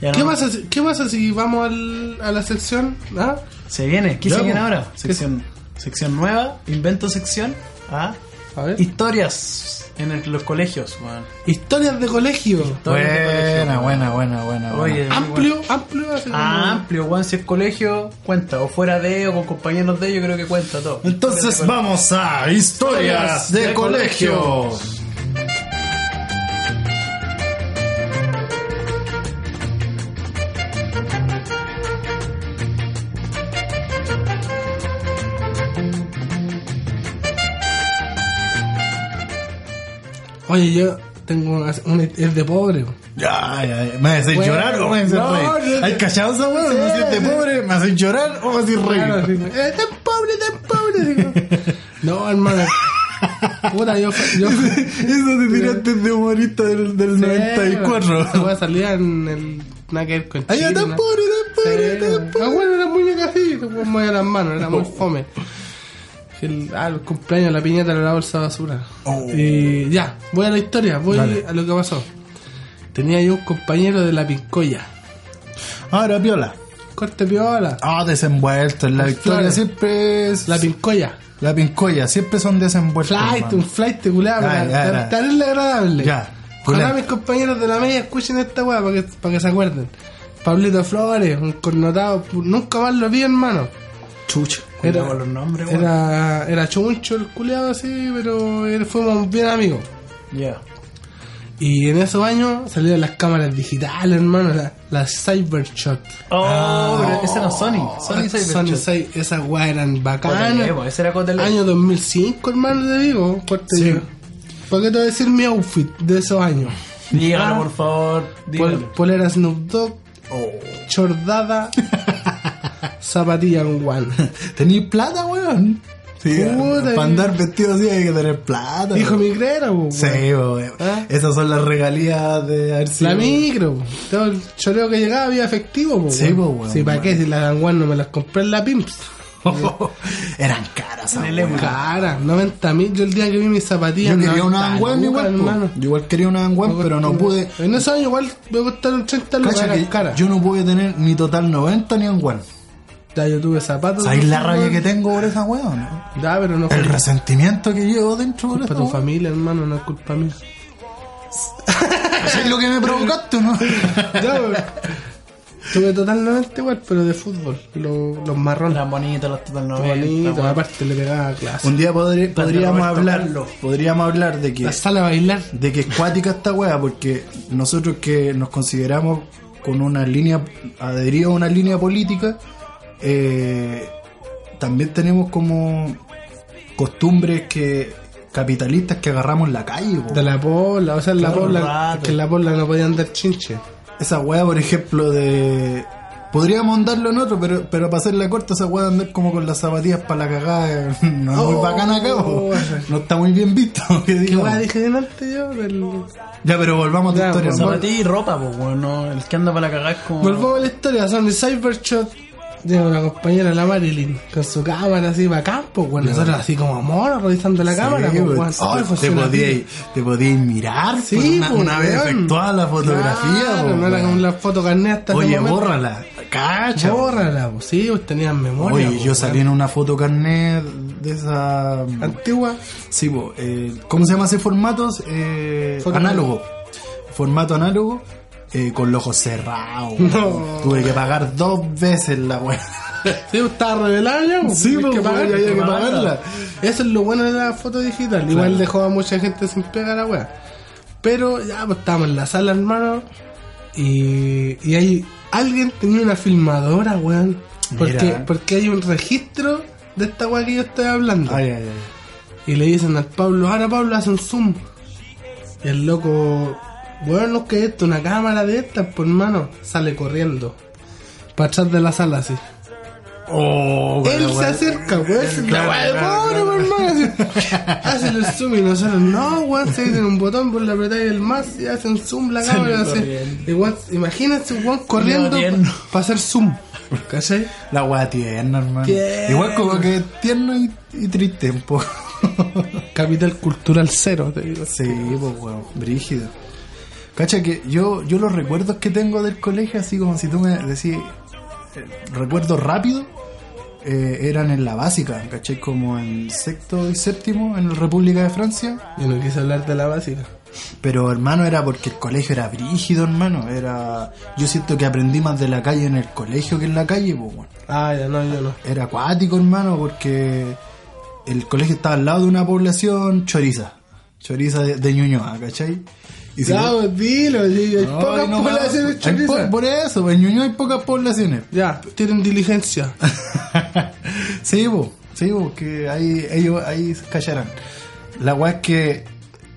S3: Ya
S2: ¿Qué
S3: no.
S2: pasa, si- ¿Qué pasa si vamos al- a la sección? ¿Ah? pues.
S3: Se viene, ¿qué
S1: Ya,
S3: se viene
S1: po.
S3: ahora? Sección, sección nueva, invento sección. Ah,
S2: A ver.
S3: historias en el- los colegios, weón.
S2: Historias de colegio.
S3: Historias de
S1: Buena,
S3: colegio, weón.
S1: buena, buena, buena.
S3: Oye,
S1: buena.
S2: Amplio, amplio. así como-
S3: Ah, amplio, weón, si es colegio, cuenta. O fuera de, o con compañeros de, yo creo que cuenta todo.
S1: Entonces vamos a historias de,
S3: De
S1: colegio.
S3: colegio.
S2: Oye, yo tengo una, una- es de pobre. po.
S1: Ya, ya, ya. ¿Me hacéis
S2: Bueno,
S1: llorar o me hacéis
S2: no,
S1: reír?
S2: yo-
S1: ¿Hay cachado esa weón?
S2: Sí,
S1: ¿Me hacéis
S2: sí.
S1: pobre? ¿Me hacéis llorar o me hacéis reír?
S2: Claro, así, eh, tan pobre, tan No, hermano. Puta, yo. yo
S3: Eso te tiraste de humorista del, del 94.
S2: Esa weá salía en el. Nada que ver con
S3: Ay, ya,
S2: Chile,
S3: tan
S2: nada.
S3: pobre, tan pobre,
S2: Sí,
S3: tan pobre.
S2: Ah, bueno, era muñeca así, se puede mover las manos, era muy fome. El, ah, el cumpleaños, la piñata era la bolsa de basura.
S1: Oh.
S2: Y ya, voy a la historia, voy
S1: Dale.
S2: a lo que pasó. Tenía yo un compañero de la pincoya.
S1: Ahora, Piola.
S2: Corte piola.
S1: Ah, desenvuelto. En la
S2: Pues
S1: victoria
S2: claro.
S1: siempre es.
S2: La pincoya.
S1: La pincoya, siempre son desenvueltos.
S2: Flight,
S1: hermano.
S2: un flight de culea,
S1: Ya, ya, ya.
S2: para tenerle agradable.
S1: Ya,
S2: Ojalá
S1: culea.
S2: mis compañeros de la media escuchen esta weá para que, para que se acuerden. Pablito Flores, un connotado, nunca más lo vi, hermano.
S3: Chucha.
S2: Era-
S3: Era con los nombres, weón.
S2: Era, era chuncho el culeado así, pero él- fuimos bien amigos.
S3: Ya.
S2: Y en esos años salieron las cámaras digitales, hermano, la- las Cybershot.
S3: Oh, pero ese era Sony. Sony
S2: Ah, Sony Ah,
S3: Cybershot.
S2: Cy- esas weas eran bacanas.
S3: Cotelebo, ese era Cotelebo.
S2: Año 2005, hermano, te digo. corte
S3: Sí.
S2: yo. ¿Para qué te voy a decir mi outfit de esos años?
S3: Dígalo, por favor.
S2: Pol-
S3: Dígalo.
S2: polera Snoop Dogg,
S3: Oh.
S2: chordada, zapatilla en one.
S1: Tení plata, weón. Sí,
S2: Puta,
S1: para
S2: yo-
S1: andar vestido así hay que tener plata.
S2: Dijo
S1: weón. ¿Eh?
S2: migrera, po,
S1: Sí,
S2: weón.
S1: weón.
S2: ¿Ah?
S1: Esas son las regalías de haber sido-
S2: La micro, po. todo el choreo que llegaba había efectivo, po,
S1: Sí,
S2: weón.
S1: po, weón,
S2: Sí, ¿para
S1: weón.
S2: qué? Si las Dan One no me las compré en la Pimps.
S1: Eran caras,
S3: En el
S1: Ah, weón.
S3: Emu.
S2: Cara, 90 mil. Yo el día que vi mis zapatillas.
S1: Yo quería una
S2: 90
S1: Angüen
S2: lucas,
S1: igual, po.
S2: hermano.
S1: Yo igual quería una Angüen, pero no pude.
S2: En esos años igual me costaron 30 lucas
S1: Cacha
S2: eran
S1: que
S2: caras.
S1: yo no pude tener ni total 90 ni Angüen.
S2: Ya yo tuve zapatos.
S1: ¿Sabes la
S2: no,
S1: rabia
S2: weón.
S1: que tengo por esa weón?
S2: Ya, pero no fue
S1: El resentimiento que llevo dentro por
S2: culpa
S1: esa
S2: de tu
S1: weón.
S2: familia, hermano, no es culpa mía.
S1: ¿Sabes lo que me provocaste, no?
S2: Ya, weón.
S3: pues.
S2: Tuve totalmente igual, pero de fútbol. Lo- los marrones.
S3: Eran bonitos los Total 90.
S2: Bonito,
S3: weón.
S2: aparte le pegaba clase.
S1: Un día podri- podríamos
S3: Roberto
S1: hablarlo.
S3: Carlos.
S1: Podríamos hablar de que
S2: La sala a bailar.
S1: de que es cuática esta weá, porque nosotros que nos consideramos con una línea, adheridos a una línea política, eh, también tenemos como costumbres que capitalistas que agarramos en la calle. po.
S2: De la pobla, o sea, en la
S3: Claro,
S2: pobla,
S3: rato.
S2: que en la pobla no podía andar chinche.
S1: Esa weá, por ejemplo, de... Podríamos andarlo en otro, pero, pero para hacerla corta, esa weá de andar como con las zapatillas para la cagada no es muy
S2: Oh.
S1: bacana acá, po. no está muy bien visto. que
S2: ¿Qué
S1: digamos.
S2: weá dije delante yo? Del...
S1: Ya, pero volvamos a tu
S2: Ya,
S1: historia.
S2: pues,
S1: hermano.
S3: Zapatilla y ropa, pues, weón. no, el que anda para la cagada es como.
S2: Volvamos a la historia, son el Cybershot. Llega una compañera, la Marilyn, con su cámara así para campo, weón. Nosotros así como amor, revisando la cámara,
S1: Sí,
S2: pues,
S1: pues,
S2: weón.
S1: te-
S2: Ay,
S1: te,
S2: funciona bien.
S1: podíais, te podíais mirar
S2: Sí,
S1: pues, una,
S2: pues,
S1: una vez
S2: weón.
S1: efectuada la fotografía.
S2: Claro,
S1: pues,
S2: no era
S1: weón.
S2: como la foto carnet hasta ese
S1: Oye,
S2: momento.
S1: bórrala. Cacha.
S2: Bórrala, pues, sí, pues tenían memoria.
S1: Oye,
S2: pues,
S1: yo
S2: weón.
S1: salí en una foto carnet de esa.
S2: Antigua,
S1: Sí, po, eh, ¿cómo se llama ese formato? Eh,
S2: Foto-
S1: análogo. Formato análogo eh, con los ojos cerrados.
S2: No.
S1: Tuve que pagar dos veces la weá.
S2: sí, pues, estaba revelada ya, pues,
S1: Sí,
S2: hay
S1: pues,
S2: que
S1: weón,
S2: pagar,
S1: había
S2: pues,
S1: que
S2: weón.
S1: pagarla.
S2: Eso es lo bueno de la foto digital.
S1: Claro.
S2: Igual dejó a mucha gente sin pega la weá. Pero ya pues, estábamos en la sala, hermano. Y, y hay alguien tenía una filmadora, weón. Porque,
S1: Mira.
S2: porque hay un registro de esta weá que yo estoy hablando.
S1: Ay, ay, ay.
S2: Y le dicen al Pablo, ahora Pablo hace un zoom. Y el loco, bueno, que esto, una cámara de estas, pues hermano, sale corriendo. Para atrás de la sala así.
S1: Oh,
S2: Él
S1: weón,
S2: se
S1: weón.
S2: acerca, weón. Es la
S1: Claro,
S2: weá de
S1: claro,
S2: pobre,
S1: claro.
S2: weón, hermano. Así, Hacen el zoom y nosotros, no, weón, se dicen un botón, por la apretáis el más y hacen zoom la cámara. Así.
S3: corriendo.
S2: Y weón, imagínense, weón, corriendo
S3: tierno.
S2: para hacer zoom. ¿Cachai?
S1: La weá tierna, hermano.
S2: Tierno.
S1: Igual como que tierno y, y triste un poco.
S2: pues, Capital cultural cero, te digo.
S1: Sí, pues, weón, brígido. Cacha, que yo, yo los recuerdos que tengo del colegio, así como si tú me decís, eh, recuerdos rápidos, eh, eran en la básica, caché, como en sexto y séptimo en la República de Francia.
S2: Yo no quise hablar de la básica.
S1: Pero hermano, era porque el colegio era brígido, hermano. Era, yo siento que aprendí más de la calle en el colegio que en la calle, pues, weón.
S2: Ah, ya no, yo no.
S1: Era acuático, hermano, porque el colegio estaba al lado de una población choriza. Choriza de, de Ñuñoa, ¿cachai? Y si
S2: Ya, pues, dilo, sí, hay
S1: No,
S2: pocas
S1: ahí no va.
S2: poblaciones
S1: Hay
S2: chorizas.
S1: po- Por eso, en Ñuñoa hay pocas poblaciones.
S2: Ya, tienen diligencia.
S1: sí, bo, sí, bo, que ahí, ellos ahí se callarán. La weá es que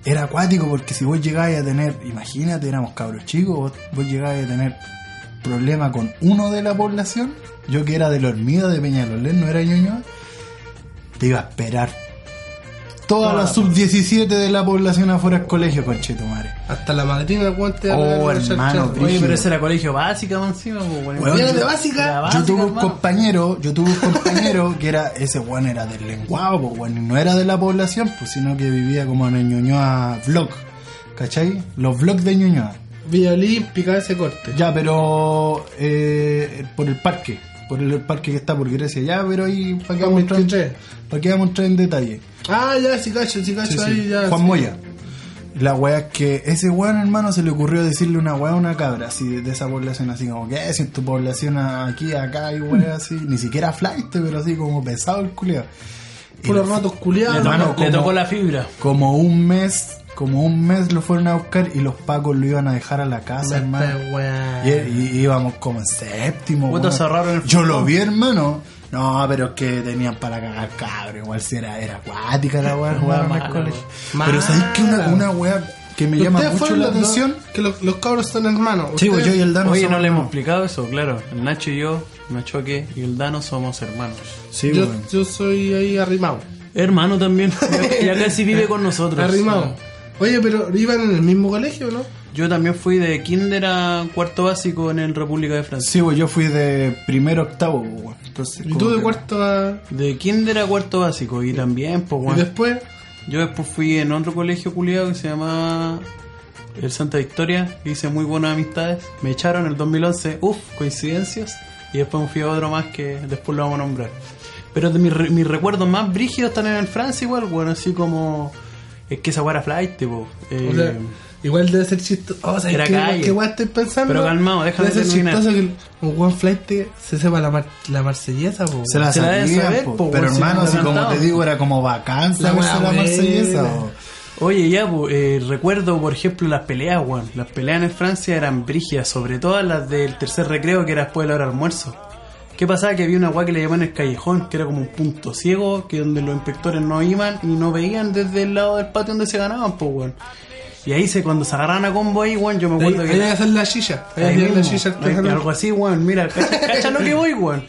S1: era acuático porque si vos llegabas a tener, imagínate, éramos cabros chicos, vos, vos llegabas a tener problema con uno de la población, yo que era de la hormiga de Peñalolén, no era Ñuñoa, te iba a esperar toda la sub-17 de la población afuera del colegio, conchetumare.
S2: Hasta la madrina, weón, te va a
S1: Oh,
S2: regalar una
S1: hermano,
S2: charcha.
S1: brígido.
S3: Oye, pero ese era colegio básica, man, encima, pues, weón.
S1: Weón,
S2: Mierda
S1: yo-
S2: básica.
S3: La
S1: Yo tuve un
S3: hermano.
S1: compañero, yo tuve un compañero que era, ese weón era del lenguado, pues weón, y no era de la población, pues sino que vivía como en el Ñuñoa Vlog, ¿cachai? Los vlogs de Ñuñoa.
S2: Villa Olímpica, ese corte.
S1: Ya, pero eh, por el parque, por el parque que está por Grecia, ya, pero ahí, ¿para qué vamos a entrar en-
S2: 23.
S1: para qué vamos a entrar en detalle?
S2: Ah, ya, sí cacho, sí cacho,
S1: Sí, sí.
S2: ahí ya.
S1: Juan
S2: sí.
S1: Moya. La weá es que ese weón, hermano, se le ocurrió decirle una weá a una cabra así de, de esa población, así como que "Eh, si en tu población a- aquí, acá y
S2: Mm.
S1: weá así, ni siquiera flight, pero así como pesado el culiao. Y
S2: Puros
S1: lo-
S2: ratos culiados.
S3: Le tocó-
S1: Hermano,
S3: le
S1: como-
S3: tocó la fibra.
S1: Como un mes, como un mes lo fueron a buscar y los pacos lo iban a dejar a la casa, hermano.
S2: Esta weá.
S1: Y, y- íbamos como en séptimo.
S3: Puta,
S1: weón.
S3: cerraron el
S1: Yo lo vi, hermano. No, pero es que tenían para cagar cabro. Igual si era, era acuática la weá, jugaban
S3: Malo.
S1: al colegio.
S2: Malo.
S1: Pero sabéis que una, una weá que me llama
S2: Ustedes
S1: mucho
S2: fueron
S1: la
S2: los dos,
S1: atención.
S2: Que los, los cabros son hermanos.
S1: Sí, pues,
S2: Ustedes-
S1: yo y el Dano.
S3: Oye, no
S1: somos-
S3: le hemos explicado eso, claro. El Nacho y yo, Nachoque y el Dano somos hermanos.
S1: Sí, pues.
S2: yo,
S1: weón.
S2: yo soy ahí arrimado.
S3: Hermano también. Ya, ya casi vive con nosotros.
S2: Arrimado. Oye, pero iban en el mismo colegio, ¿no?
S3: Yo también fui de kinder a cuarto básico en el República de Francia.
S1: Sí, pues, yo fui de primero a octavo, pues, weón. Entonces,
S2: Y
S1: como
S2: tú de
S1: que-
S2: cuarto a.
S3: De kinder a cuarto básico y también, pues,
S2: Y
S3: bueno.
S2: después.
S3: Yo después fui en otro colegio culiado que se llama el Santa Victoria. Hice muy buenas amistades. Me echaron en el 2011. Uf, coincidencias. Y después me fui a otro más que después lo vamos a nombrar. Pero de mis, re- mis recuerdos más brígidos están en el Francia igual, bueno, así como... Es que esa weá era flight, tipo. eh,
S2: O sea, igual debe ser oh, chistoso. O sea,
S3: Era
S2: que,
S3: calle.
S2: que igual estoy pensando.
S3: Pero calmado, déjame
S2: Debe ser
S3: terminar.
S2: chistoso que el- un Juan Flight se sepa la, mar- la marsellesa, po.
S1: Se la
S3: Se la debe
S1: sabía,
S3: saber,
S1: po,
S3: po,
S1: pero
S3: weón, si
S1: hermano,
S3: no
S1: si como
S3: adelantado.
S1: te digo, era como vacanza
S2: La
S1: la,
S2: weá
S1: la
S2: buena.
S1: marsellesa. weón.
S3: Oye, ya, po, eh, recuerdo, por ejemplo, las peleas, weón. Las peleas en Francia eran brígidas, sobre todo las del tercer recreo, que era después de la hora de almuerzo. ¿Qué pasaba? Que había una weá que le llamaban el callejón, que era como un punto ciego, que donde los inspectores no iban y no veían desde el lado del patio donde se ganaban, pues, weón. Y ahí se, cuando se agarraban a combo ahí, weón, yo me
S2: Ahí ahí
S3: acuerdo que...
S2: hay que hacer la silla. Ahí
S3: Ahí
S2: hay que hacer la
S3: mismo,
S2: silla
S3: ahí-
S2: artesanal.
S3: algo así, weón. Mira, cacha, cacha lo que voy, weón.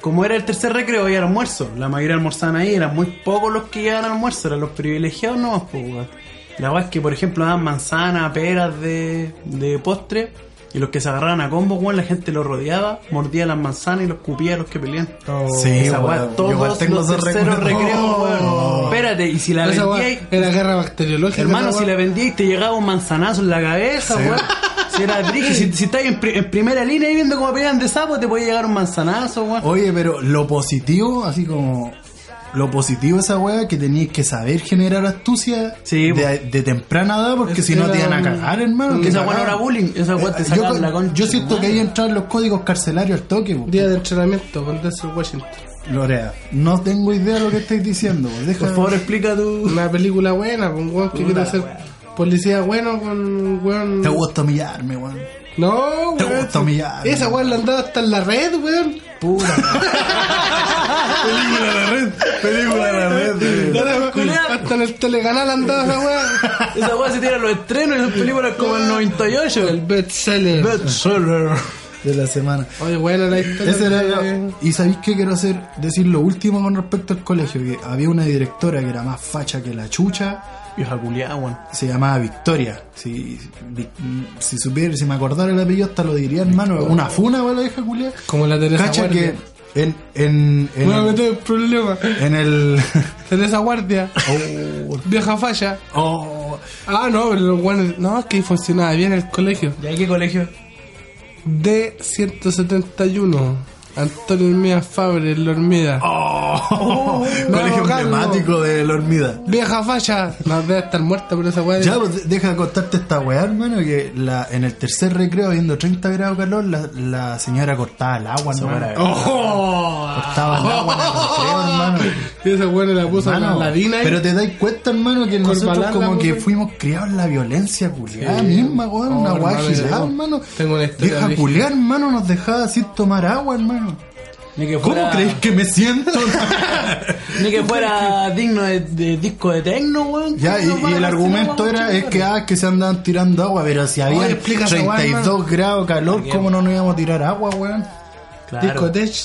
S3: Como era el tercer recreo y almuerzo, la mayoría almorzaban ahí, eran muy pocos los que llegaban al almuerzo, eran los privilegiados nomás, pues, weón. La weá es que, por ejemplo, daban manzanas, peras de, de postre, y los que se agarraban a combos, weón, la gente los rodeaba, mordía las manzanas y los cupía a los que peleaban.
S2: Oh.
S1: Sí,
S3: Esa weá,
S1: weón, yo igual
S3: todos
S1: tengo
S3: los
S1: esos
S3: terceros
S1: recuerdos.
S3: recreos,
S1: Oh.
S3: weón. Espérate, y si la
S2: Esa weá
S3: vendía
S2: era guerra bacteriológica.
S3: Hermano,
S2: esa
S3: si
S2: weá.
S3: la vendías y te llegaba un manzanazo en la cabeza,
S1: Sí.
S3: weón. Si era brígido, si, si estáis en, pri- en primera línea y viendo cómo pelean de sapo, te podía llegar un manzanazo, weón.
S1: Oye, pero lo positivo, así como lo positivo de esa wea que tenías que saber generar astucia
S3: Sí,
S1: de, de temprana edad, porque
S2: Es
S1: si
S2: que
S1: no te
S2: era
S1: iban a
S2: un-
S1: cagar, hermano. que
S3: Esa weá no
S1: cagada.
S3: era bullying, esa weá te
S1: Eh,
S3: sacaban
S1: yo,
S3: la concha.
S1: yo siento que
S3: hermano.
S1: ahí entran los códigos carcelarios al toque, po.
S2: Día de entrenamiento con Denzel Washington.
S1: Lorea, no tengo idea de lo que estáis diciendo, po. Deja-
S3: Por favor, explica tu.
S2: Una película buena, con un weón que quiere ser policía bueno, con un weón.
S1: Te gusta humillarme, weón.
S2: No,
S1: Te
S2: weón.
S1: gusta humillar.
S2: Esa weón la andaba hasta en la red, weón.
S3: Pura.
S1: Película la red, película la red.
S2: Hasta en el telecanal andaba esa weón.
S3: Esa weá se tira a los estrenos y son películas como el 98.
S2: El bestseller.
S3: bestseller.
S1: De la semana.
S2: Oye, buena la historia.
S1: Ese era
S2: de-
S1: yo. Y sabéis qué quiero hacer, decir lo último con respecto al colegio, que había una directora que era más facha que la chucha,
S3: Vieja culiada, weón.
S1: se llamaba Victoria. Si, vi- si supiera, si me acordara el apellido, hasta lo diría, hermano. Una funa para la vieja culia.
S2: Como la Teresa
S1: Cacha que
S2: Guardia.
S1: en, en, en,
S2: No me
S1: el,
S2: meto en problema.
S1: en el-
S2: Teresa Guardia.
S1: Oh,
S2: Vieja falla.
S1: oh,
S2: Ah, no, pero los weones- No, es que ahí funcionaba bien el colegio.
S3: ¿Y ahí qué colegio?
S2: D171. Antonio Hermida Fabre, la hormiga.
S1: oh. colegio
S2: Carlos.
S1: emblemático de la hormida.
S2: Vieja falla. No, debe estar muerta, pero esa weá.
S1: Ya, pues, de- deja de contarte esta weá, hermano, que la, en el tercer recreo, viendo 30 grados de calor, la, la señora cortaba el agua, hermano.
S3: era-
S2: ¡Oh!
S1: Cortaba el agua en el recreo, hermano.
S2: Y Oh. esa weá la puso en la
S1: Hermano,
S2: ladina.
S1: pero te das cuenta, hermano, que
S2: Corbalán,
S1: nosotros como
S2: la
S1: que
S2: puta.
S1: fuimos criados en la violencia, culiada misma, weón.
S2: Oh,
S1: una weá
S2: hermano,
S1: gilada,
S2: yo
S1: hermano.
S2: tengo una historia
S1: Vieja
S2: brígida.
S1: culiada, hermano, nos dejaba así tomar agua, hermano.
S3: Ni que
S1: ¿Cómo
S3: fuera-
S1: creéis que me siento?
S3: Ni que fuera digno de, de disco de techno, weón.
S1: Ya, y,
S3: No,
S1: y
S3: para
S1: el
S3: la
S1: argumento
S3: cima,
S1: era
S3: weón,
S1: es que ah, es que se andaban tirando agua, pero si había
S2: Oye, explica esa weá,
S1: 32 grados de calor, ¿cómo no nos íbamos a tirar agua, weón?
S3: Claro.
S2: Discotech.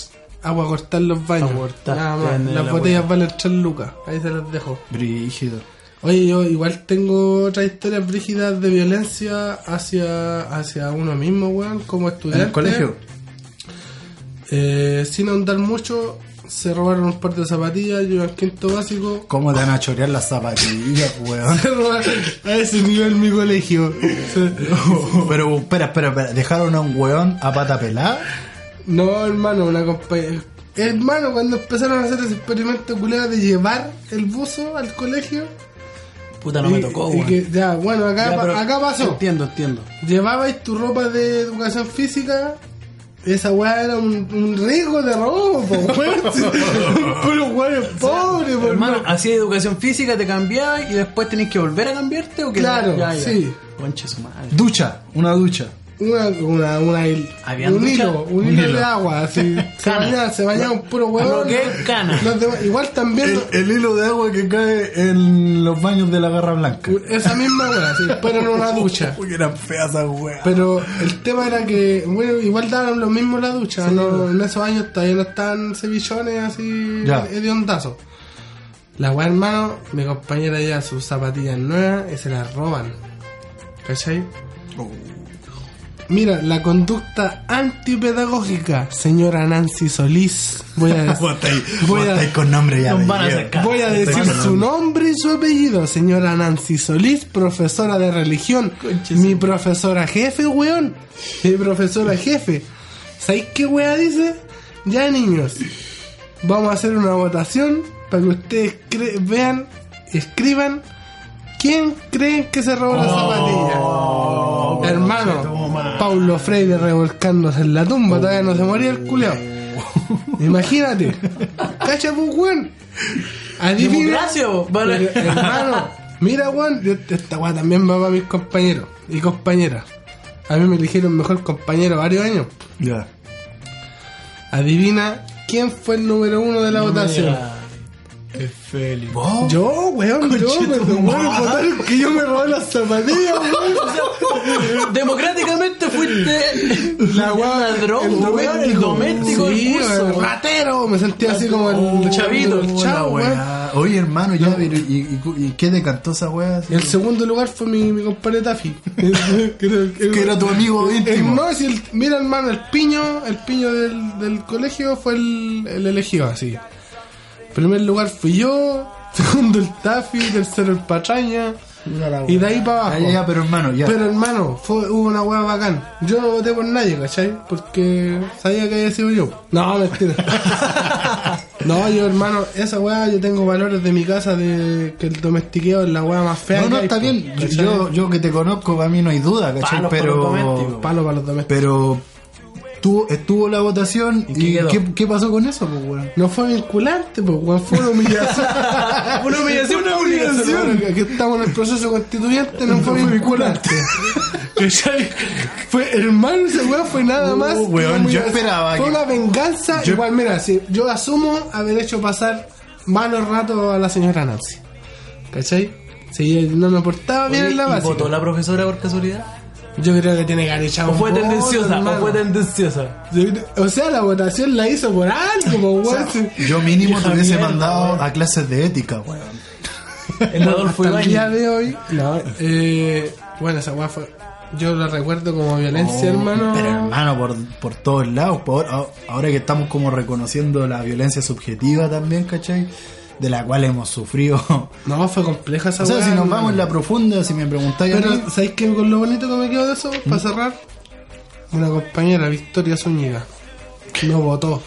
S2: Agua Ah, cortar los baños.
S3: Agua cortar,
S2: Nada más.
S3: grande
S2: Las
S3: la
S2: botellas valen 3 lucas. Ahí se las dejo.
S1: Brígido.
S2: Oye, yo igual tengo otras historias brígidas de violencia hacia, hacia uno mismo, weón, como
S1: ¿En
S2: estudiante.
S1: el colegio?
S2: Eh, sin ahondar mucho, se robaron un par de zapatillas, yo iba al quinto básico.
S1: ¿Cómo te van a chorear las zapatillas, weón?
S2: Se robaron a ese nivel mi colegio. Se-
S1: Pero espera, espera, espera. ¿Dejaron a un weón a pata pelada?
S2: No, hermano, una compañera. Hermano, cuando empezaron a hacer ese experimento culero de llevar el buzo al colegio.
S3: Puta, no me
S2: y-
S3: tocó,
S2: y
S3: weón.
S2: que- ya, bueno, acá,
S3: Ya, pero-
S2: acá pasó.
S3: Entiendo, entiendo.
S2: Llevabais tu ropa de educación física. Esa weá era un, un riesgo de robo, po, weón. Puros weones pobres, po,
S3: Hermano,
S2: hermano.
S3: hacía educación física, te cambiabas y después tenías que volver a cambiarte o que
S2: Claro, sí.
S3: Conche su madre.
S1: Ducha, una ducha.
S2: Una, una, una, hil-
S3: ¿Habían
S2: un
S3: ducha?
S2: hilo, un
S1: Un
S2: hilo
S1: hilo.
S2: de agua, así. Se
S3: Cana.
S2: bañaba, se bañaba un puro
S3: Lo
S2: weón.
S3: que es cana.
S2: Los demás- igual también.
S1: El, el hilo de agua que cae en los baños de la Garra Blanca.
S2: Esa misma weá, sí, pero en una ducha.
S1: Uy, eran feas esas weas.
S2: Pero el tema era que, bueno, igual daban lo mismo la ducha. no- en esos años todavía no estaban cebillones así eh,
S1: Ya.
S2: de ondazo. La weá, hermano, mi compañera lleva sus zapatillas nuevas y se las roban. ¿Cachai? Mira, la conducta antipedagógica, señora Nancy Solís. Voy a
S1: Vos
S2: decir,
S1: estáis-
S2: Voy
S1: vos
S2: a-
S1: estáis con nombre ya.
S3: Nos
S1: apellido.
S3: van a sacar.
S2: voy a decir
S1: Estoy con
S2: su nombre y su apellido, señora Nancy Solís, profesora de religión.
S3: Conche
S2: Mi profesora jefe, weón. Mi profesora jefe. ¿Sabéis qué weá dice? Ya, niños. Vamos a hacer una votación para que ustedes cre- vean, escriban quién creen que se robó la
S3: Oh,
S2: zapatilla. Hermano, Paulo Freire revolcándose en la tumba, todavía no se moría el culeado. Imagínate. Cacha, pues, weón. Adivina.
S3: Democracia, vos, vale.
S2: Pero, hermano, mira, weón, yo- esta weá también va para mis compañeros y compañeras. A mí me eligieron mejor compañero varios años.
S1: Ya.
S2: Adivina quién fue el número uno de la votación.
S3: Es Félix.
S2: Yo, weón, yo,
S3: Conche tu
S2: weón,
S3: madre.
S2: votaron que yo me robé las zapatillas, weón.
S3: Democráticamente fuiste
S2: La weá,
S3: ladrón, weón, el doméstico
S2: Sí,
S3: del curso,
S2: el
S3: weón.
S2: ratero. Me sentía así como el
S3: Oh, chavito,
S2: el
S1: Hola,
S2: chavo, weón.
S1: wea. Oye, hermano, ya, pero ¿y, y, y qué decantó esa wea?
S2: El segundo lugar fue mi, mi compadre Tafi. que
S1: Que era tu amigo
S2: El,
S1: íntimo.
S2: no, si el- mira hermano, el piño, el piño del, del colegio fue el, el elegido así. Primer lugar fui yo, segundo el Tafi, tercero el Patraña, y de ahí para
S1: Ah,
S2: abajo.
S1: ya, ya, pero hermano, ya.
S2: Pero hermano, fue, hubo una hueá bacán. Yo no voté por nadie, ¿cachai? Porque sabía que había sido yo. No, mentira. no, yo hermano, esa hueá yo tengo valores de mi casa de que el domestiqueo es la hueá más fea.
S1: no,
S2: que
S1: no,
S2: hay,
S1: está
S2: po,
S1: bien. Yo-
S2: ¿cachai?
S1: Yo, yo que te conozco, para mí no hay duda, ¿cachai?
S3: Palos para los domésticos.
S1: pero.
S2: Palo para los domésticos.
S1: Pero. tu- estuvo la votación
S3: qué
S1: y,
S3: quedó?
S1: ¿qué, qué pasó con eso, pues, weón?
S2: No fue vinculante, pues, weón, fue una humillación.
S3: Una humillación, una humillación.
S2: Aquí estamos en el proceso constituyente, no, fue vinculante.
S3: ¿Cachai?
S2: fue, hermano, ese weón fue nada
S3: Oh,
S1: Uh,
S2: más. que
S1: weón,
S2: una
S1: yo
S2: humillación.
S1: esperaba
S2: Fue
S1: que-
S2: una venganza.
S1: Yo-
S2: Igual, mira, si yo asumo haber hecho pasar malos ratos a la señora Nancy. ¿Cachai? Si yo no me portaba bien
S3: Oye,
S2: en la
S3: ¿y
S2: base.
S3: ¿Votó la profesora por casualidad?
S2: Yo creo que tiene que haber echado
S3: ¿O fue
S2: un voto,
S3: tendenciosa? ¿O
S2: hermano.
S3: fue tendenciosa?
S2: Yo creo- O sea, la votación la hizo por algo, po,
S1: O
S2: weón.
S1: sea,
S2: Si-
S1: yo mínimo te
S3: Hija
S1: hubiese
S3: mierda,
S1: mandado
S3: weón.
S1: a clases de ética, weón.
S3: El Adolfo
S2: Hasta el día
S3: Ibañez.
S2: de hoy, no, eh, bueno, esa weá fue. Yo la recuerdo como violencia, hermano.
S1: Oh, Pero hermano, por, por todos lados. por- a- ahora que estamos como reconociendo la violencia subjetiva también, ¿cachai? De la cual hemos sufrido.
S2: No, fue compleja esa
S1: o sea,
S2: weá,
S1: si nos
S2: hermano.
S1: vamos en la profunda, si me preguntáis a mí,
S2: Pero, ¿sabéis qué? Con lo bonito que me quedo de eso, para cerrar, una compañera, Victoria Zúñiga, no votó.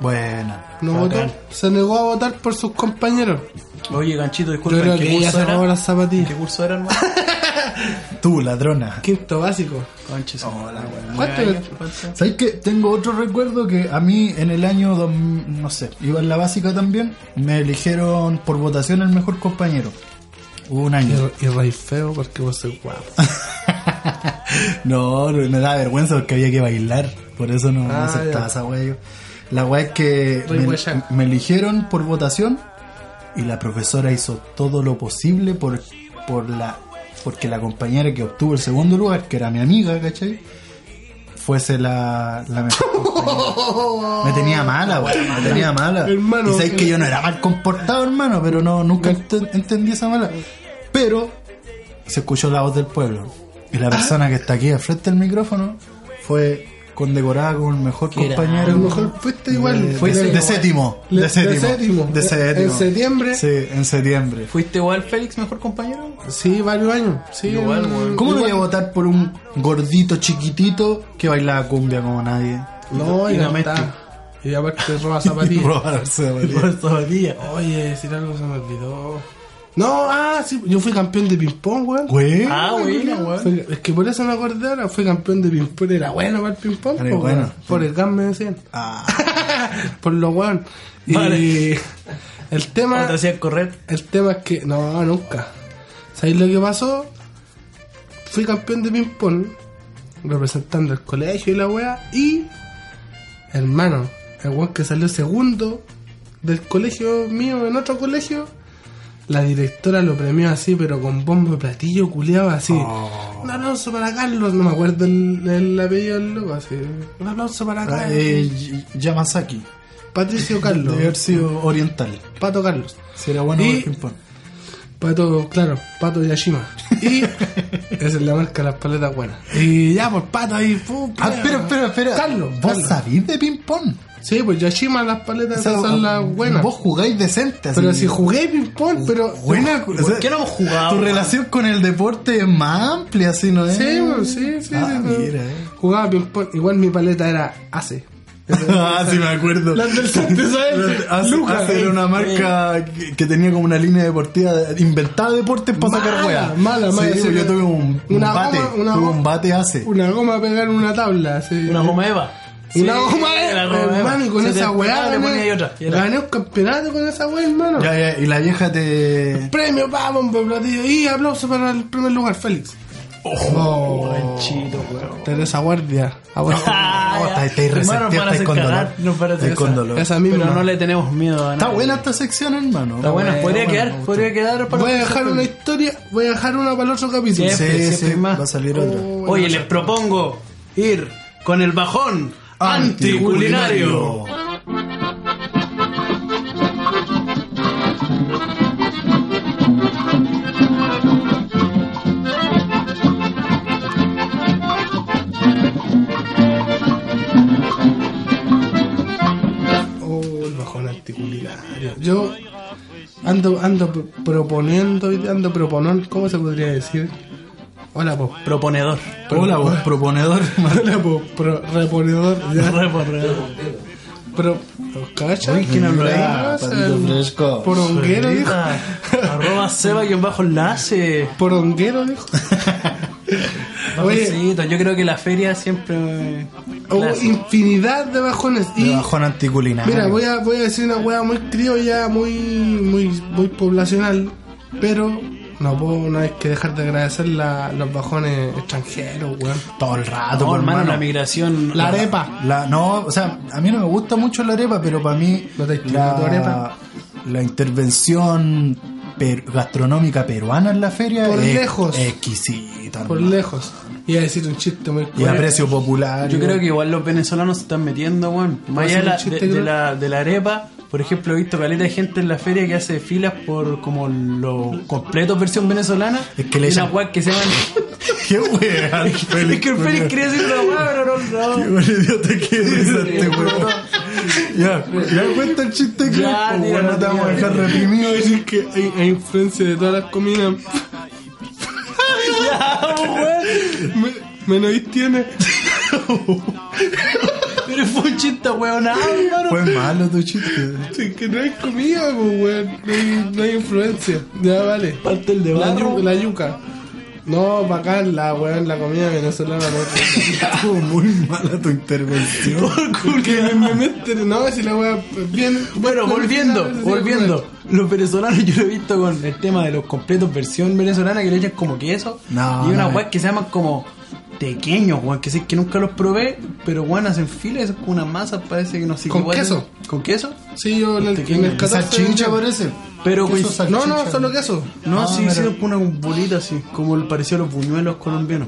S1: Bueno.
S2: No
S1: bacán.
S2: votó. Se negó a votar por sus compañeros.
S3: Oye, ganchito, disculpa,
S2: Yo creo
S3: ¿en qué
S2: que ella
S3: curso
S2: se
S3: era?
S2: robó las
S3: ¿En qué
S2: zapatillas.
S3: curso era, hermano?
S1: Tú, ladrona.
S2: Quinto básico.
S3: Conche su madre.
S2: ¿Cuánto
S3: Nueve
S2: le-
S3: años, ¿cuánto?
S1: ¿Sabes qué? Tengo otro recuerdo que a mí en el año, dos- no sé, iba en la básica también, me eligieron por votación el mejor compañero. Hubo un año.
S2: Y, y rey feo porque vos sois guapo.
S1: No, me da vergüenza porque había que bailar. Por eso no, no
S2: Ah,
S1: aceptaba
S2: ya.
S1: esa wea yo. La wea es que
S2: Rey Guayán.
S1: me, me eligieron por votación y la profesora hizo todo lo posible por, por la porque la compañera que obtuvo el segundo lugar, que era mi amiga, ¿cachai? fuese la, la mejor compañía. Me tenía mala, güey. Me tenía mala.
S2: Hermano,
S1: y sabéis que
S2: el-
S1: yo no era mal comportado, hermano, pero no, nunca ent- entendí esa mala. Pero se escuchó la voz del pueblo. Y la persona que está aquí al frente del micrófono fue condecorada como el mejor
S3: Grande.
S1: compañero.
S2: El mejor fuiste igual.
S1: De,
S2: Fue
S1: de-
S2: igual.
S1: de séptimo.
S2: Le-
S1: De séptimo.
S2: de séptimo.
S1: de séptimo.
S2: En septiembre.
S1: Sí, en septiembre.
S3: ¿Fuiste igual, Félix, mejor compañero?
S2: Sí, varios años. Sí,
S3: Igual,
S2: en-
S3: güey.
S1: ¿Cómo no voy a votar por un gordito chiquitito que bailaba cumbia como nadie?
S2: No, y
S3: Y
S2: no
S3: la
S2: está.
S3: mezcla.
S2: Y aparte roba
S1: Y
S2: zapatillas.
S1: robarse la batería.
S2: Oye, decir algo se me olvidó. No, ah, sí, yo fui campeón de ping-pong, weón.
S1: Güey.
S3: Ah, buena, weón.
S2: Fui- Es que por eso me acordé ahora, fui campeón de ping-pong, era bueno para el ping-pong.
S1: Era
S2: po,
S1: bueno,
S2: weón.
S1: sí.
S2: Por el GAM me decían,
S1: Ah,
S2: por lo weón. Y
S3: Vale.
S2: el tema,
S3: ¿Cómo te hacían correr?
S2: el tema es que, no, nunca. ¿Sabéis lo que pasó? Fui campeón de ping-pong, representando el colegio y la wea, y, hermano, el weón que salió segundo del colegio mío en otro colegio, la directora lo premió así, pero con bombo y platillo culeado así. Un aplauso para Carlos, no me acuerdo el, el apellido del loco, así. Un aplauso para
S1: ah,
S2: Carlos.
S1: eh, Y- Yamazaki.
S2: Patricio
S1: Debe haber
S2: Carlos.
S1: sido oriental.
S2: Pato Carlos.
S1: Si era bueno
S2: Y-
S1: para el ping-pong.
S2: Pato, claro, Pato Yashima. Y esa es la marca de las paletas buenas. Y ya, pues Pato ahí, pum,
S1: Ah, espera, espera, espera.
S2: Carlos,
S1: ¿Vos
S2: Carlos.
S1: sabís de ping-pong?
S2: Sí, pues Yashima las paletas esas son las buenas.
S1: ah, Vos jugáis decente. así
S2: Pero
S1: que-
S2: si jugué
S3: Uh,
S2: ping-pong, pero.
S1: Buena, o sea,
S3: ¿Por qué no hemos jugado?
S1: Tu relación con el deporte es más amplia, así, ¿no es?
S2: Sí, pues, sí, sí.
S1: Ah,
S2: sí, no.
S1: mira, eh.
S2: Jugaba ping-pong. Igual mi paleta era ACE.
S1: ah, sí, me acuerdo.
S2: Las del Sante, ¿sabes?
S1: Hace,
S2: Lucas.
S1: hace era una marca que, que tenía como una línea deportiva inventada deportes para sacar
S2: Mala,
S1: weas.
S2: mala,
S1: Sí,
S2: mala,
S1: pues
S2: sí,
S1: yo tuve un, un
S2: una
S1: bate,
S2: goma, una
S1: tuve
S2: goma.
S1: un bate hace.
S2: Una goma a pegar en una tabla. así.
S3: Una goma Eva.
S2: Una
S3: Sí,
S2: goma, eh,
S3: una goma Eva.
S2: hermano, y con
S3: Se te
S2: esa weá
S3: pegaba, Le
S2: gané,
S3: ponía ahí otra. y era-
S2: gané un campeonato con esa weá, hermano.
S1: Ya, ya, y la vieja te.
S2: Premio, vamos, por platillo. Y aplauso para el primer lugar, Félix.
S1: Oh,
S3: Chito, weón.
S2: Teresa Guardia. Aguanta.
S3: Ah,
S1: No,
S3: ya.
S1: Oh, está- está irresentible,
S3: Hermano, para
S1: está
S3: hacer
S1: con dolor.
S3: cagar, no para hacer
S1: Está con
S3: cagar.
S1: dolor.
S2: Esa misma.
S3: Pero no le tenemos miedo a
S1: Está
S3: nada.
S1: buena esta sección, hermano.
S3: Está buena.
S1: Bueno,
S3: Podría
S1: bueno, me
S3: quedar,
S1: gustó.
S3: podría quedar para
S2: Voy a dejar una historia, voy a dejar una para el otro capítulo.
S3: Sí.
S1: Sí,
S3: siempre
S1: sí,
S3: hay más.
S1: va a salir otra.
S2: Oh,
S3: Oye, les propongo ir con el bajón anticulinario.
S2: oh, el bajón anticulinario. Yo ando, ando pro- proponiendo, ando proponón, ¿cómo se podría decir? Hola, pues.
S3: Proponedor.
S1: Hola, vos, pues, proponedor.
S2: Hola, pues, pro- reponedor. ya.
S3: Proponedor.
S2: Pero, ¿cachai?
S1: Uy, ¿quién habló ahí?
S2: Ah,
S1: Patito
S2: el
S1: fresco. Ah,
S2: Poronguero dijo.
S3: Solita. Arroba Seba y bajo enlace.
S2: Poronguero dijo. Oye,
S3: Bajoncito, Yo creo que la feria siempre. me-
S2: hubo
S3: Clásico.
S2: infinidad de bajones. Y,
S1: De bajón anticulinario.
S2: mira, voy a, voy a decir una wea muy criolla, muy, muy, muy poblacional. Pero no puedo, no hay que dejar de agradecer la- los bajones extranjeros, weón.
S1: Todo el rato,
S3: No,
S1: por
S3: hermano,
S1: mano.
S3: la migración.
S2: La arepa.
S1: La- no, o sea, a mí no me gusta mucho la arepa, pero para mí
S2: ¿No te
S1: la,
S2: estima tu arepa?
S1: la intervención per- gastronómica peruana en la feria
S2: Por
S1: es
S2: lejos.
S1: exquisita.
S2: Por
S1: hermano.
S2: lejos. Iba a decir un chiste muy
S1: y a
S2: cuero.
S1: precio popular.
S3: Yo creo que igual los venezolanos se están metiendo, weón. Más allá de la- de, de la, de la arepa, por ejemplo, he visto caleta de gente en la feria que hace filas por como los completos versión venezolana.
S1: Es que le
S3: Y una
S1: echan-
S3: weá que se llaman.
S1: ¡Qué weón!
S3: es que el Félix quería decir una weá, pero no,
S1: ¡Qué
S3: no.
S1: buen idiota que eres, este weón! Ya, ya cuenta el chiste que
S3: Ya,
S1: pues,
S3: tira,
S1: weón, no te vamos a
S3: tira.
S1: dejar reprimido.
S2: Iba a decir que hay, hay influencia de todas las comidas.
S3: Ah, weón.
S2: Me- Menos tiene.
S3: Pero fue un chiste, weón. Ah, hermano.
S1: Fue malo tu chiste.
S2: Sí, que no hay comida, pues, weón. No hay, no hay influencia. Ya vale.
S3: Parte el de
S2: La,
S3: barro.
S2: yu- la yuca. No, bacán, la weón, la comida venezolana no es-
S1: Estuvo muy mala tu intervención.
S2: Porque me meten, no, si la weón bien.
S3: Bueno, volviendo,
S2: Sí, pues,
S3: volviendo. Los venezolanos yo lo he visto con el tema de los completos versión venezolana que le echan como queso.
S1: No,
S3: y
S1: no,
S3: una weá
S1: eh.
S3: que se llaman como pequeños, weón, que sé que nunca los probé, pero weón hacen fila y eso es como una masa, parece que no sé
S2: ¿Con
S3: qué weá
S2: queso?
S3: es. ¿Con queso?
S2: Sí, yo en el, en
S3: Pequeño,
S2: el 14 de-
S1: Salchicha parece.
S3: Pero
S1: Queso,
S3: coinc-
S1: salchicha.
S2: No, no, solo queso.
S3: No,
S1: Ah,
S3: sí,
S1: mira.
S3: hicieron como una bolita así, como el parecido a los buñuelos colombianos.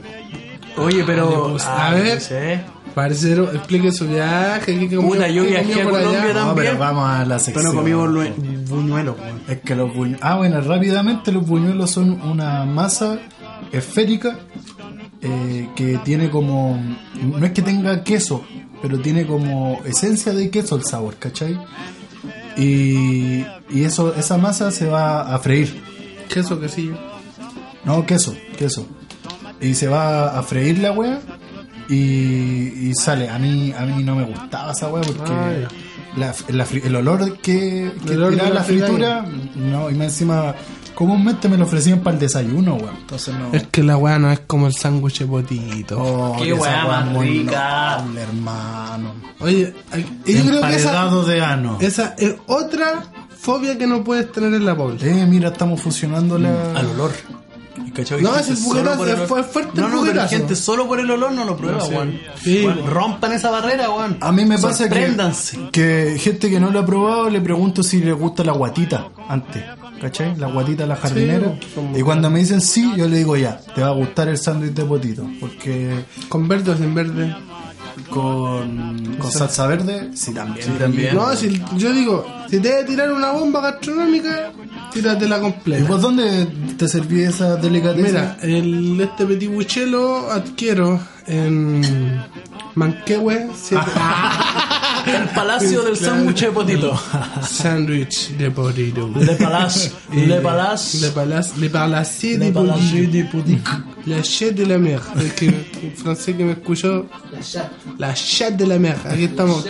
S3: Oye, pero.
S2: Ah, pues, a ver.
S3: no sé.
S2: Parcero, explique su viaje. ¿Qué comió,
S3: Puta, yo
S2: qué
S3: viajé
S2: comió
S3: a
S2: por allá?
S3: Colombia
S1: No,
S3: también.
S1: pero vamos a la sección.
S3: Pero comí buñue- buñuelos, weón.
S1: Es que los buñuelos. Ah, bueno, rápidamente los buñuelos son una masa esférica eh, que tiene como. No es que tenga queso, pero tiene como esencia de queso el sabor, ¿cachai? Y, y eso, esa masa se va a freír.
S2: Queso, quesillo.
S1: No, queso, queso. Y se va a freír la wea y, y sale. A mí, a mí no me gustaba esa wea porque
S2: Ah, ya.
S1: la- la fri- el olor que, que
S2: El olor
S1: tiraba
S2: de
S1: la
S2: la fritura.
S1: fritura, no, y más encima, comúnmente me lo ofrecían para el desayuno, wea. Entonces no.
S2: Es que la weá no es como el sándwich de potito.
S1: Oh,
S3: Qué
S1: esa
S3: wea más
S1: muy
S3: rica.
S1: notable, hermano.
S2: Oye, ay- y yo creo que esa,
S1: de ano.
S2: esa es otra fobia que no puedes tener en la pobre.
S1: Eh, mira, estamos fusionando
S2: Mm.
S1: la.
S3: al olor. ¿Cachai?
S2: No,
S3: Gente
S2: ese
S3: solo
S2: juguetazo
S3: por el olor.
S2: fue fuerte
S3: No,
S2: el
S3: no, pero
S2: juguetazo.
S3: gente solo por el olor no lo prueba,
S2: No sé.
S3: weón.
S2: Sí,
S3: Weón,
S2: weón.
S3: Rompan esa barrera, weón.
S1: A mí me pasa
S3: Sorpréndanse.
S1: que, que gente que no lo ha probado le pregunto si le gusta la guatita antes, ¿cachai? La guatita, la jardinera.
S2: Sí, como-
S1: y cuando me dicen sí, yo le digo ya, te va a gustar el sándwich de potito, porque
S2: Con verde o sin verde.
S1: con, con salsa verde, sí también.
S3: también.
S2: No, si, yo digo, si te vas a tirar una bomba gastronómica, tíratela
S1: ¿Y
S2: completa.
S1: vos dónde te serví esa delicadeza?
S2: Mira, el, este petit buche lo adquiero en Manquehue, siete-
S3: El palacio del
S2: Claro.
S3: sándwich de potito.
S2: sándwich de potito.
S3: Le Palace.
S2: Y
S3: Le Palace.
S2: Le Palace. Le Palace
S3: Le
S2: de
S3: Palace
S2: Potito.
S3: de potito.
S2: La Chat de la Mer. El, que, el francés que me escuchó. La Chat de la Mer. Aquí estamos.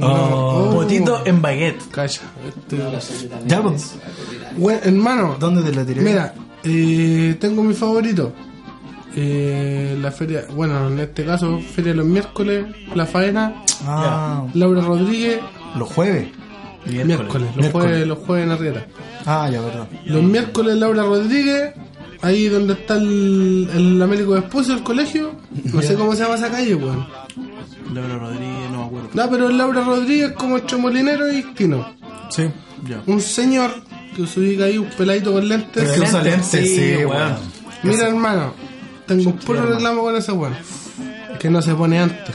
S3: Oh. Potito en baguette.
S2: Calla. Este-
S1: Ya, pues,
S2: Bueno, hermano,
S1: ¿dónde te la tiré?
S2: Mira, eh, tengo mi favorito. Eh, la feria, bueno, en este caso, Feria de los Miércoles, La Faena,
S1: Ah,
S2: Laura Rodríguez,
S1: los jueves.
S2: miércoles, los, Jueves, los jueves en Arrieta.
S1: Ah, ya, verdad.
S2: Los miércoles, Laura Rodríguez, ahí donde está el, el Américo Esposo, el colegio, no sé cómo se llama esa calle, weón.
S3: Laura Rodríguez, no me acuerdo.
S2: No, pero Laura Rodríguez como chomolinero y tino.
S1: Sí.
S3: Ya.
S2: Un señor que se ubica ahí, un peladito con lentes.
S1: Pero que usa lentes, sí,
S3: sí,
S1: weón.
S3: weón.
S2: Mira, hermano, tengo un puro reclamo con ese weón. Que no se pone antes.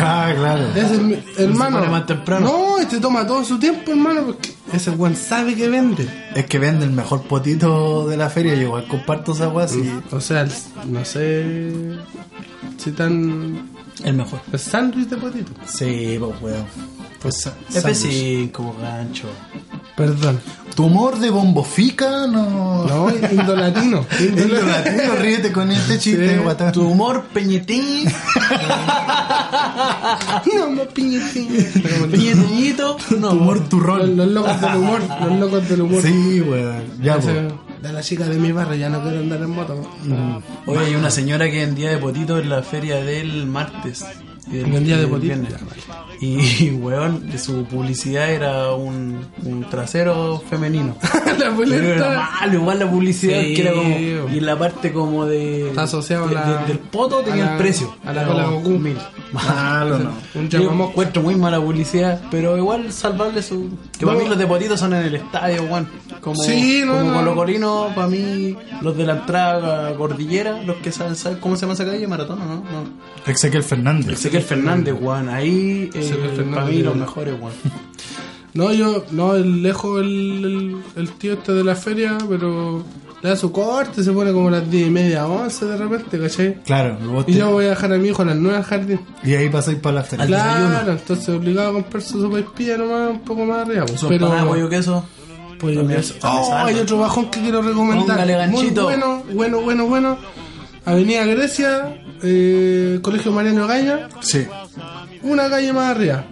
S1: Ah, claro.
S2: Ese es mi- hermano.
S3: pone más temprano.
S2: No, este toma todo su tiempo, hermano, porque ese weón sabe que vende.
S1: Es que vende el mejor potito de la feria, yo igual comparto esa weá, sí.
S3: Mm.
S2: O sea, el- no sé si tan.
S3: El mejor.
S2: El sándwich de potito.
S1: Sí, pues weón. Pues sa- sándwich.
S3: F5, como gancho.
S2: Perdón.
S1: Tumor de bombofica, no.
S2: No, indolatino.
S1: Es lo
S2: indolatino.
S1: latino, ríete con este chiste,
S2: Sí,
S1: guatán.
S3: Tu humor peñetín,
S2: No, no, piñetín.
S3: peñetiñito. No,
S1: Tumor turrón.
S2: Los locos del humor, los locos del humor.
S1: Sí, weón. Ya, pues.
S2: De la chica de mi barrio, ya no quiero andar en moto.
S1: Mm. pues.
S3: Oye, hay una señora que vendía de potito en la feria del martes. Y del-
S2: Vendía
S3: y
S2: de
S3: del
S2: potito,
S3: viernes.
S2: ya, vale.
S3: Y, weón, de su publicidad era un, un trasero femenino.
S2: la
S3: Pero era
S2: boleta.
S3: malo, igual la publicidad
S2: Sí,
S3: que era como.
S2: bo.
S3: Y la parte como de.
S2: Está asociado a
S3: de-
S2: la-
S3: de- del poto tenía
S2: a la-
S3: el precio.
S2: a la
S3: Era
S2: cola
S3: como
S2: Goku.
S3: mil.
S1: Malo, no.
S2: Un
S3: Yo
S2: llamamos
S3: encuentro muy mala publicidad, pero igual salvarle su. Que para
S2: No.
S3: mí los de potito son en el estadio, weón. Como,
S2: Sí, no,
S3: como
S2: no.
S3: Colocolino, para mí, los de la entrada a cordillera, los que saben, saben cómo se llama esa calle, Maratona, ¿no? no.
S1: Ezequiel Fernández.
S3: Ezequiel Fernández, weón. Ahí, eh,
S2: Ezequiel Fernández,
S3: para mí,
S2: de
S3: los
S2: verdad.
S3: mejores, weón.
S2: No, yo, no, el lejos el, el, el tío este de la feria, pero le da su corte, se pone como a las 10 y media, 11 de repente, ¿cachai?
S1: Claro, vos te-
S2: Y yo voy a dejar a mi hijo a las 9 al jardín.
S1: y ahí pasáis para la feria.
S2: Claro, entonces obligado a comprar su sopa y pilla nomás un poco más arriba. pues,
S3: Su
S2: pero,
S3: empanada, pollo queso.
S2: pollo
S3: también-
S2: queso.
S3: también
S2: Oh,
S3: salva.
S2: hay otro bajón que quiero recomendar.
S3: Póngale
S2: Muy
S3: ganchito.
S2: bueno, bueno, bueno, bueno. Avenida Grecia, eh, Colegio Mariano Gaya,
S1: Sí.
S2: una calle más arriba.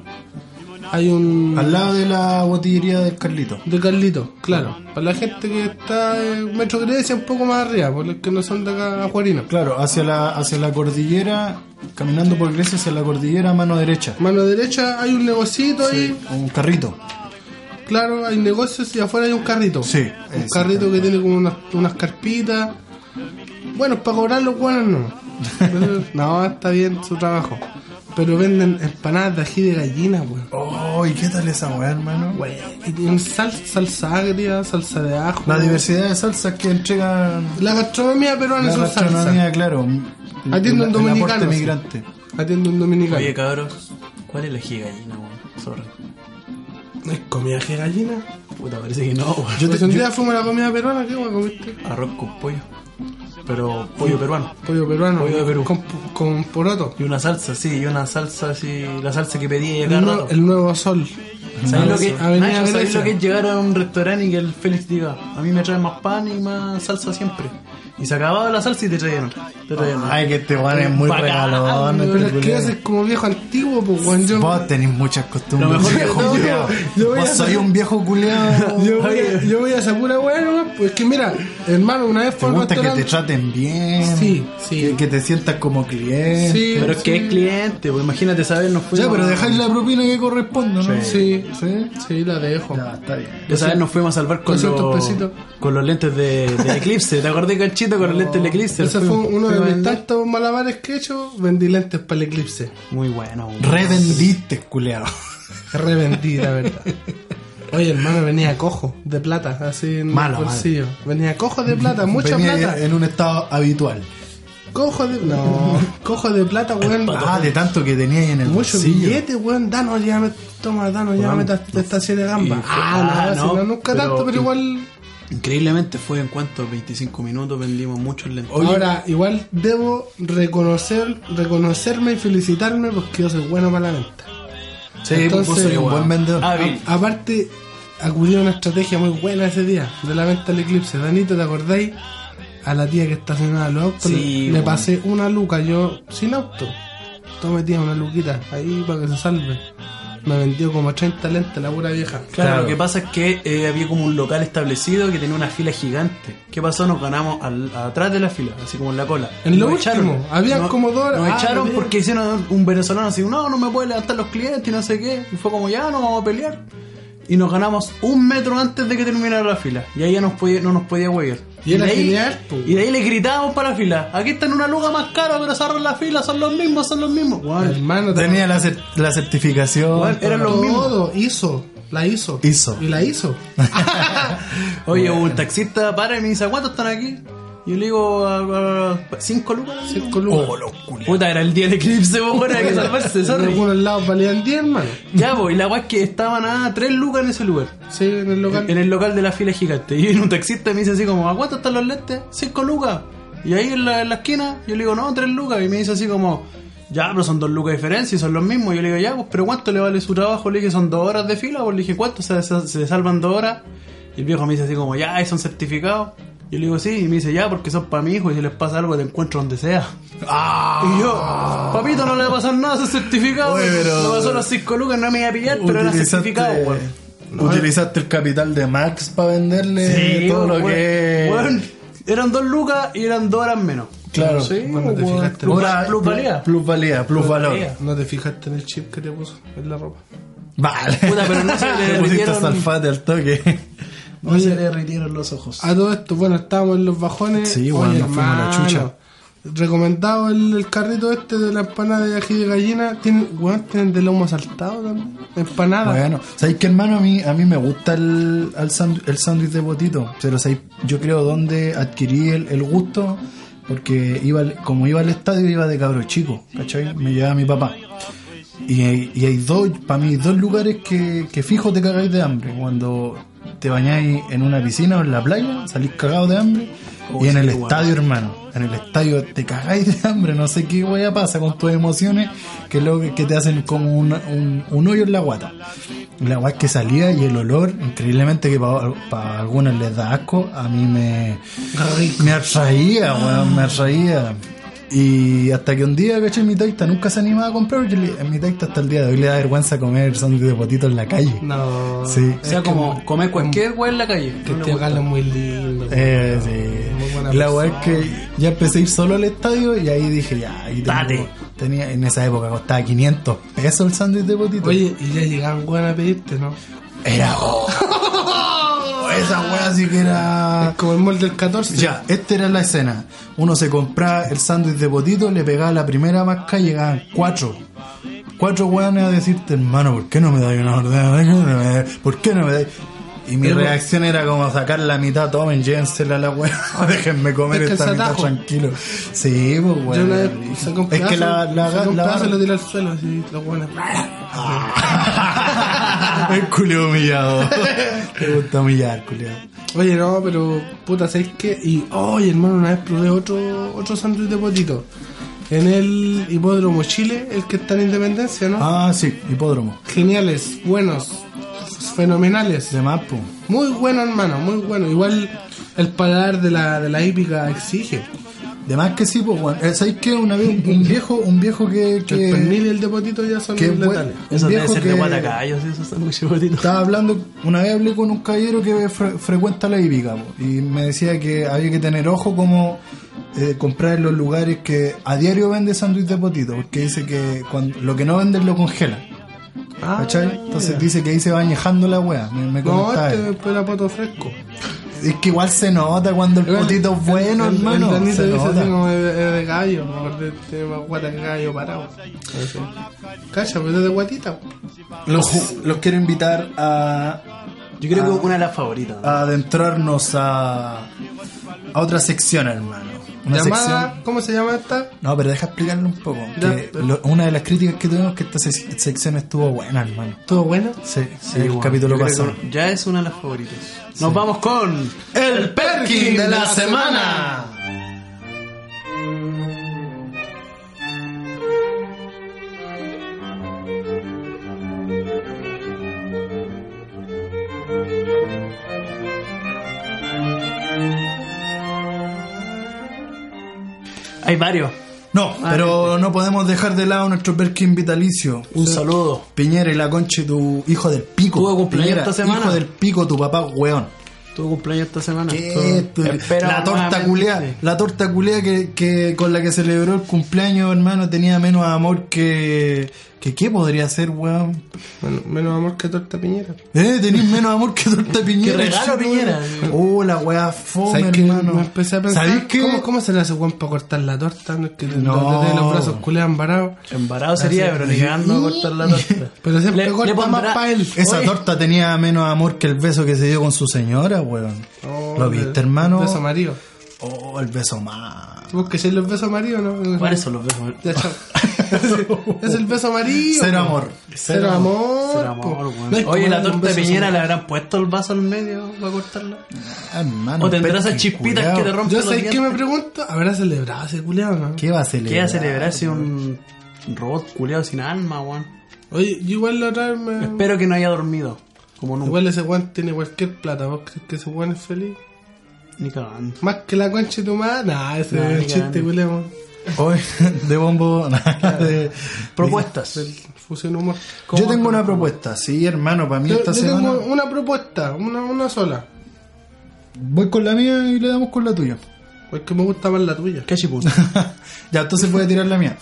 S2: Hay un...
S1: Al lado de la botillería del Carlito.
S2: De Carlito, claro. Para la gente que está en Metro Grecia, un poco más arriba, por los que no son de acá ajuarinos.
S1: Claro, hacia la, hacia la cordillera, caminando por Grecia hacia la cordillera, mano derecha.
S2: Mano derecha hay un negocito ahí,
S1: Un carrito.
S2: claro, hay negocios y afuera hay un carrito.
S1: Sí,
S2: Un
S1: exacto.
S2: carrito que tiene como unas, unas carpitas. Bueno, para cobrar los buenos no. Pero, no, está bien su trabajo. Pero venden empanadas de ají de gallina, weón.
S1: Oh, ¿y qué tal esa weá, hermano?
S2: Y tienen sal- salsa agria, salsa de ajo.
S1: La diversidad de salsas que entregan
S2: La gastronomía peruana
S1: la
S2: es una salsa.
S1: gastronomía, claro.
S2: Atiende un
S1: El- el aporte
S2: dominicano, sí.
S1: migrante.
S2: Atiendo un dominicano.
S3: Oye, cabros, ¿cuál elegí gallina, weón? Sorry.
S2: ¿Es comida que gallina?
S3: Puta, parece que no, weón.
S2: Yo te tendría fumo la comida peruana, ¿qué weón comiste?
S3: Arroz con pollo. Pero pollo peruano.
S2: Pollo peruano.
S3: Pollo de Perú.
S2: Con, pu- con poroto.
S3: Y una salsa, sí, y una salsa así, la salsa que pedí ya
S2: El,
S3: cada
S2: nue-
S3: rato.
S2: el nuevo sol.
S3: ¿Sabes lo
S2: Nacho,
S3: que,
S2: Avenida
S3: Nacho, ¿sabes
S2: Grecia.
S3: lo que es llegar a un restaurante y que el Félix diga, a mí me traen más pan y más salsa siempre? Y se acababa la salsa y te traían otra. Te traían otra.
S1: Ay, que este weón es muy
S3: Bacán,
S1: regalón. este
S2: Pero es que
S1: culero.
S2: haces como viejo antiguo, pues, weón. Yo,
S1: Vos tenés muchas costumbres.
S3: Lo mejor que
S1: viejo
S3: yo-
S1: culiao.
S2: yo voy
S1: Vos
S2: a-
S1: soy un viejo culeado.
S2: yo voy, a, yo voy a esa pura weá nomás. Pues es que mira, hermano, una vez
S1: ¿Te
S2: fue un
S1: gusta que te
S2: restaurante.
S1: traten bien?
S2: Sí, sí.
S1: Que, que te sientas como cliente.
S2: Sí,
S3: pero es que es cliente, pues imagínate saber, nos fuimos.
S1: Ya, pero
S3: a-
S1: dejáis la propina que corresponde, ¿no?
S2: Sí,
S1: ¿Sí?
S2: sí, la dejo.
S1: Ya, está bien.
S3: Esa vez nos fuimos a salvar con,
S2: 200
S3: los,
S2: pesitos.
S3: con los lentes de, del Eclipse. ¿Te acordás, Canchito, con los lentes del Eclipse?
S2: Ese fue
S3: Fuimos-
S2: uno de
S3: fuimos
S2: mis
S3: en-
S2: tantos malabares que he hecho. Vendí lentes para el eclipse.
S3: Muy bueno. weón.
S1: Revendiste, culeado.
S2: Revendí, la verdad. Oye, hermano, venía cojo de plata, así en
S1: Malo,
S2: el bolsillo. Venía cojo de plata, mucha
S1: Venía
S2: plata.
S1: en un estado habitual.
S2: Cojo de. No, cojo de plata, weón. Ah,
S1: Ah, de tanto que tenías en el
S2: Mucho
S1: bolsillo.
S2: billete, weón. Danos, llévame. Toma, danos, llévame esta- esta serie de gamba.
S3: Y-
S2: Ah, no,
S3: ah,
S2: si
S3: no,
S2: no, nunca
S3: pero-
S2: tanto, pero igual.
S3: Increíblemente fue en cuanto 25 minutos vendimos muchos lentes.
S2: Ahora, igual debo reconocer, reconocerme y felicitarme porque yo soy bueno para la venta.
S1: Sí, pues, vos
S2: Entonces, Ah,
S1: soy un buen vendedor.
S3: Hábil.
S2: A- aparte, acudió una estrategia muy buena ese día de la venta del eclipse. Danito, ¿te acordáis? A la tía que estacionaba los autos
S3: Sí,
S2: le, le
S3: bueno.
S2: pasé una luca yo sin auto. Tome tía una luquita ahí para que se salve. Me vendió como 30 lentes la pura vieja.
S3: Claro,
S1: Claro.
S3: lo que pasa es que eh, había como un local establecido que tenía una fila gigante. ¿Qué pasó? Nos ganamos al- atrás de la fila, así como en la cola.
S2: En lo
S3: Nos
S2: último, había
S3: Nos-
S2: como dos horas.
S3: Nos
S2: Ah,
S3: echaron
S2: bien.
S3: porque hicieron un venezolano así, no, no me puede levantar los clientes y no sé qué. Y fue como, ya, no vamos a pelear. Y nos ganamos un metro antes de que terminara la fila. Y ahí ya nos podía, no nos podía hueviar.
S2: Y era
S3: de ahí,
S2: genial, po.
S3: y de ahí le gritábamos para la fila. Aquí están una luga más cara, pero cerran la fila, son los mismos, son los mismos. Bueno,
S2: Hermano, te-
S1: Tenía la, cer- la certificación.
S3: Bueno, era- eran los
S2: todo
S3: mismos.
S2: hizo, la hizo.
S1: Hizo.
S2: Y la hizo.
S3: Oye, un taxista para y me dice, ¿cuántos están aquí? Y yo le digo, "A- a- ¿cinco lucas?
S2: Cinco lucas.
S1: Oh, los culiados.
S3: Puta, era el día del eclipse, po, bueno, hay que salvarse,
S2: En
S3: sorry.
S2: algunos lados valían 10, hermano.
S3: Ya, pues, y la weá es que estaban a tres lucas en ese lugar.
S2: Sí, en el local.
S3: En el local de la fila gigante. Y viene un taxista y me dice así como, ¿a cuánto están los lentes? Cinco lucas. Y ahí en la, en la esquina, yo le digo, no, tres lucas. Y me dice así como, ya, pero son dos lucas de diferencia y son los mismos. Y yo le digo, ya, pues, pero ¿cuánto le vale su trabajo? Le dije, son dos horas de fila. Pues le dije, ¿cuánto? Se, se, se salvan dos horas. Y el viejo me dice así como, ya, ¿y son certificados? Yo le digo, sí. Y me dice, ya, porque son para mi hijo y si les pasa algo te encuentro donde sea.
S1: Ah,
S3: Y yo, papito, no le va a pasar nada, son certificados.
S1: Oye, pero-
S3: No pasó los cinco lucas, no me iba a pillar, pero era certificado, weón.
S1: utilizaste el capital de Marx para venderle
S3: Sí,
S1: todo lo
S3: weón.
S1: que.
S3: Weón, eran dos lucas y eran dos horas menos.
S1: Claro.
S2: Sí, bueno, te
S3: weón.
S2: fijaste.
S3: Plus-
S1: Ahora,
S3: plusvalía.
S1: Plusvalía, plusvalor.
S3: Plusvalía.
S2: No te fijaste en el chip que te puso en la ropa.
S1: Vale.
S3: Puta, pero no se le
S1: Le pusiste
S3: derritieron-
S1: salfate al toque.
S3: No se le derritieron los ojos.
S2: A todo esto, bueno, estábamos en los bajones.
S1: Sí, bueno,
S2: Oye,
S1: nos fuimos a la
S2: hermano,
S1: chucha.
S2: Recomendado el, el carrito este de la empanada de ají de gallina. Tienen, weón, tienen de lomo saltado también. Empanada.
S1: Bueno, ¿sabéis que hermano? A mí, a mí me gusta el, al sánd- el sándwich de botito, pero ¿sabéis? yo creo donde adquirí el, el gusto, porque iba al- como iba al estadio iba de cabro chico, ¿cachai? Me llevaba mi papá. Y, hay- y hay dos, para mí, dos lugares que, que fijo te cagáis de hambre. Cuando te bañáis en una piscina o en la playa, salís cagados de hambre.
S3: Oh,
S1: y en
S3: sí,
S1: el
S3: bueno.
S1: estadio, hermano, en el estadio te cagáis de hambre. No sé qué wea pasa con tus emociones que lo que te hacen como un, un, un hoyo en la guata. La guata que salía y el olor, increíblemente que para algunos les da asco, a mí me, me atraía, weón, me atraía. Y hasta que un día, caché, mi taita nunca se animaba a comprar, porque le- a mi taita hasta el día de hoy le da vergüenza comer sándwich de potito en la calle.
S2: No.
S1: Sí.
S3: o sea, como comer cualquier weá en la calle.
S2: Que
S3: No le
S2: este
S3: gusta.
S2: local es muy lindo.
S1: Eh,
S2: Muy buena
S1: sí. La weá es que ya empecé a ir solo al estadio y ahí dije, ya, ahí tengo-
S3: Date.
S1: tenía En esa época costaba 500 pesos el sándwich de potito.
S2: Oye, y ya llegaban weón a pedirte, ¿no?
S1: Era oh. Esa weá sí que era.
S2: Es como el molde del 14.
S1: Ya, esta era la escena. Uno se compraba el sándwich de potito, le pegaba la primera masca y llegaban cuatro. Cuatro weones a decirte, hermano, ¿por qué no me dais una orden? ¿Por qué no me dais? ¿Por qué no me dais? Y mi
S2: Pero-
S1: reacción era como sacar la mitad, tomen, llévensela a la weá, déjenme comer
S2: Es que
S1: esta
S2: se
S1: mitad
S2: atajo.
S1: tranquilo. Sí, pues weón.
S2: Yo una vez saqué un
S1: Es
S2: pedazo,
S1: que la, la,
S2: saqué un
S1: la-
S2: pedazo y lo tiré al suelo, así, la buena.
S1: Ah, El culio humillado. Te gusta humillar, culio.
S2: Oye, no, pero puta, ¿sabes qué? Y, oye, hermano, una vez probé otro, otro sándwich de potito. En el hipódromo Chile, el que está en Independencia, ¿no?
S1: Ah, sí, hipódromo.
S2: Geniales, buenos, fenomenales.
S1: De Mapu.
S2: Muy bueno, hermano, muy bueno. Igual el paladar de la, de la hípica exige.
S1: De más que sí, pues weón. Eh, ¿Sabéis que una vez un un viejo, un viejo que.
S2: El
S1: que
S2: pernil y el de potito ya son
S1: qué buen-
S2: letales.
S3: Eso
S1: Un
S3: debe
S1: viejo
S3: ser de
S1: que-
S3: Guatacayos, esos sándwiches botitos.
S1: estaba hablando, una vez hablé con un caballero que fre- frecuenta la hípica po, y me decía que había que tener ojo como eh, comprar en los lugares que a diario vende sándwich de potito, porque dice que cuando, lo que no venden lo congelan.
S2: Ah,
S1: ¿cachai? Entonces dice que ahí se va añejando la wea. Me, me
S2: No,
S1: comentaba él.
S2: este era poto fresco.
S1: Es que igual se nota cuando el potito es bueno,
S2: el,
S1: hermano.
S2: El Danito
S1: se
S2: dice
S1: nota.
S2: así como es de, es de gallo, me acordé de guata de gallo parado. Parece. Cacha, pero es de guatita.
S1: los, los quiero invitar a,
S3: Yo creo que una de las favoritas. ¿no?
S1: a adentrarnos a, a otra sección, hermano. Una
S2: Llamada,
S1: sección.
S2: ¿cómo se llama esta?
S1: No, pero deja explicarlo un poco.
S2: Ya,
S1: que
S2: pero-
S1: lo- una de las críticas que tuvimos es que esta se- sección estuvo buena, hermano.
S2: ¿Todo bueno?
S1: Sí,
S3: Sí,
S1: el
S3: bueno,
S1: capítulo
S3: yo creo
S1: pasado.
S3: que Ya es una de las favoritas. Nos vamos con.
S1: ¡El
S2: Perkin de la semana!
S3: Hay varios.
S1: No, pero no podemos dejar de lado nuestro Perkin vitalicio.
S3: Un saludo.
S1: Piñera y la concha y tu hijo del pico.
S3: Tuvo cumpleaños
S1: Piñera,
S3: esta semana.
S1: Hijo del pico, tu papá, weón.
S3: Tuvo cumpleaños esta semana.
S1: ¿Qué?
S3: Tú- Espero
S1: la torta
S3: Eh, nuevamente.
S1: culia, la torta culia que, que con la que celebró el cumpleaños, hermano, tenía menos amor que. que ¿Qué podría ser, weón?
S2: Bueno, menos amor que torta piñera.
S1: Eh, tenés menos amor que torta piñera.
S3: regalo,
S1: chico,
S3: Piñera.
S1: weón. Oh, la weá fome,
S2: ¿Sabes qué?
S1: hermano.
S2: Me empecé a
S1: ¿Sabés
S2: pensar,
S1: qué?
S2: ¿cómo, ¿cómo será ese Juan para cortar la torta? No es que
S1: No.
S2: te- te- los brazos culean varados.
S3: Embarado sería, pero negando a cortar la torta.
S2: Pero siempre
S3: Le-
S2: corta
S3: le pondrá-
S2: más para él.
S1: Esa
S3: Oye.
S1: torta tenía menos amor que el beso que se dio con su señora, weón.
S2: Oh,
S1: ¿Lo viste, hermano?
S2: Beso amarillo.
S1: Oh, el beso más.
S2: ¿Vos que los besos amarillos, no?
S3: ¿Cuáles son los besos?
S2: Ya, chao. es el beso amarillo.
S1: Cero
S2: po.
S1: amor.
S2: Cero amor.
S3: Será
S2: po.
S3: amor, weón.
S2: No es como
S3: Oye, la
S2: darle un
S3: torta de
S2: beso
S3: piñera
S2: así.
S3: le habrán puesto el vaso al medio para cortarla.
S1: Hermano,
S3: O tendrá esas
S1: Perkin,
S3: chispitas
S1: culiao.
S3: que te rompen.
S2: Yo
S3: los
S2: sé que
S3: dientes.
S2: me pregunto, ¿habrá celebrado ese culeado no?
S1: ¿Qué va a celebrar?
S3: ¿Qué va a celebrarse un robot culeado sin alma, weón?
S2: Oye, yo igual la otra vez me...
S3: Espero que no haya dormido. Como nunca.
S2: Igual ese Juan tiene cualquier plata, ¿vos crees que ese Juan es feliz?
S3: Ni cagando.
S2: Más que la concha de tu madre. Nah, ese
S3: Nah,
S2: es el
S3: ni
S2: chiste,
S3: cagando.
S2: culeado.
S1: Hoy, de bombo. de-
S3: Propuestas.
S2: Fusión humor.
S1: Yo tengo una propuesta, sí, hermano, para mí
S2: Yo,
S1: esta
S2: yo
S1: semana.
S2: tengo una propuesta, una, una sola.
S1: Voy con la mía y le damos con la tuya.
S2: Porque Pues me gusta más la tuya.
S3: ¿Qué chiputa?
S1: ya, entonces voy a tirar la mía.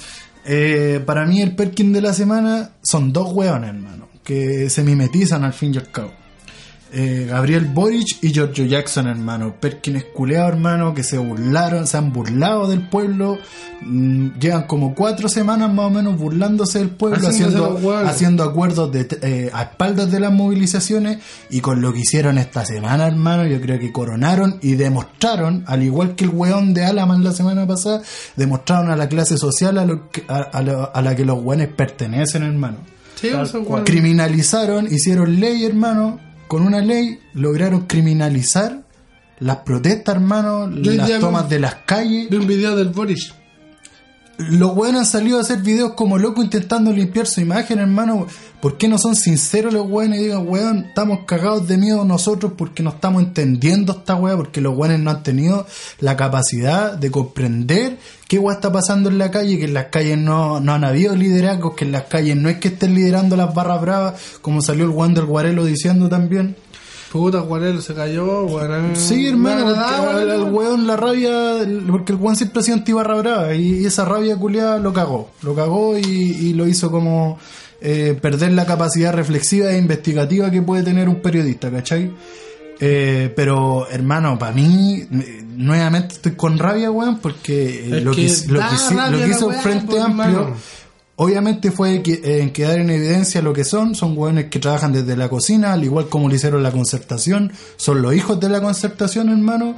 S1: Eh, para mí, el Perkin de la semana son dos hueones, hermano, que se mimetizan al fin y al cabo. Eh, Gabriel Boric y Giorgio Jackson, hermano. Perkin es culeado, hermano, que se burlaron, se han burlado del pueblo. Mm, llevan como cuatro semanas más o menos burlándose del pueblo,
S2: Haciéndose
S1: haciendo,
S2: los hueones.
S1: haciendo acuerdos de, eh, a espaldas de las movilizaciones. Y con lo que hicieron esta semana, hermano, yo creo que coronaron y demostraron, al igual que el hueón de Alaman la semana pasada, demostraron a la clase social a, lo que- a- a la- a la que los hueones pertenecen, hermano
S2: Sí,
S3: Tal
S2: ese
S3: cual.
S2: Juan.
S1: criminalizaron, hicieron ley, hermano. Con una ley lograron criminalizar las protestas, hermano,
S2: Yo ya
S1: las
S2: vi-
S1: tomas de las calles.
S2: Vi un video del Boris.
S1: Los buenos han salido a hacer videos como loco intentando limpiar su imagen, hermano. ¿Por qué no son sinceros los buenos y digan, weón, estamos cagados de miedo nosotros porque no estamos entendiendo esta weá? Porque los buenos no han tenido la capacidad de comprender qué weá está pasando en la calle, que en las calles no, no han habido liderazgos, que en las calles no es que estén liderando las barras bravas, como salió el weón del Guarelo diciendo también.
S2: Puta, Guarelo se cayó, weón.
S1: Sí, hermano,
S2: Me
S1: porque
S2: agradaba,
S1: al- al
S2: weón.
S1: weón la rabia, el- porque el weón siempre ha sido antibarra brava y, y esa rabia culiada lo cagó, lo cagó y, y lo hizo como eh, perder la capacidad reflexiva e investigativa que puede tener un periodista, ¿cachai? Eh, pero hermano, para mí, eh, nuevamente estoy con rabia, weón, porque eh,
S2: Es
S1: lo que,
S2: que
S1: hizo- lo
S2: da
S1: que hizo- lo
S2: rabia
S1: que
S2: la
S1: hizo
S2: weá,
S1: Frente
S2: pues,
S1: Amplio
S2: hermano.
S1: Obviamente fue que- eh, en quedar en evidencia lo que son, son hueones que trabajan desde la cocina, al igual como lo hicieron la concertación, son los hijos de la concertación, hermano,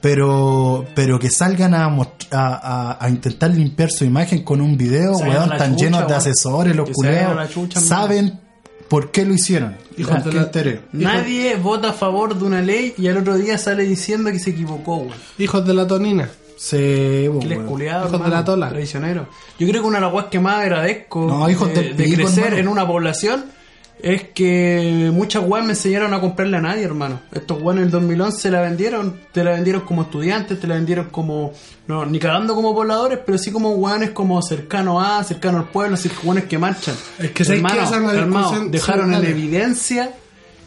S1: pero pero que salgan a, mostr- a, a- a intentar limpiar su imagen con un video,
S3: Se vayan
S1: weón,
S3: a la
S1: tan
S3: chucha,
S1: llenos de
S3: weón.
S1: asesores, los
S3: Que se vayan a la
S1: culeados,
S3: chucha, hermano.
S1: saben por qué lo hicieron,
S2: Hijos
S1: por
S2: de
S1: qué
S2: la-
S1: interés.
S3: Nadie vota a favor de una ley y al otro día sale diciendo que se equivocó, weón.
S2: Hijos de la tonina.
S1: Sí,
S3: Que les
S1: weón.
S3: culeado,
S2: Hijos de la tola.
S3: traicionero. Yo creo que una de las cosas que más agradezco
S1: No, hijos
S3: de,
S1: del
S3: de
S1: pico,
S3: crecer
S1: hermano.
S3: en una población es que muchas weas me enseñaron a comprarle a nadie, hermano. Estos weas en el 2011 la vendieron, te la vendieron como estudiantes, te la vendieron como, no, ni cagando como pobladores, pero sí como weones como cercano a, cercano al pueblo, así que weones que marchan.
S2: Es que sabes que
S3: Hermano,
S2: esa es la
S3: hermano,
S2: discusión-
S3: dejaron
S2: sí,
S3: en
S2: dale.
S3: evidencia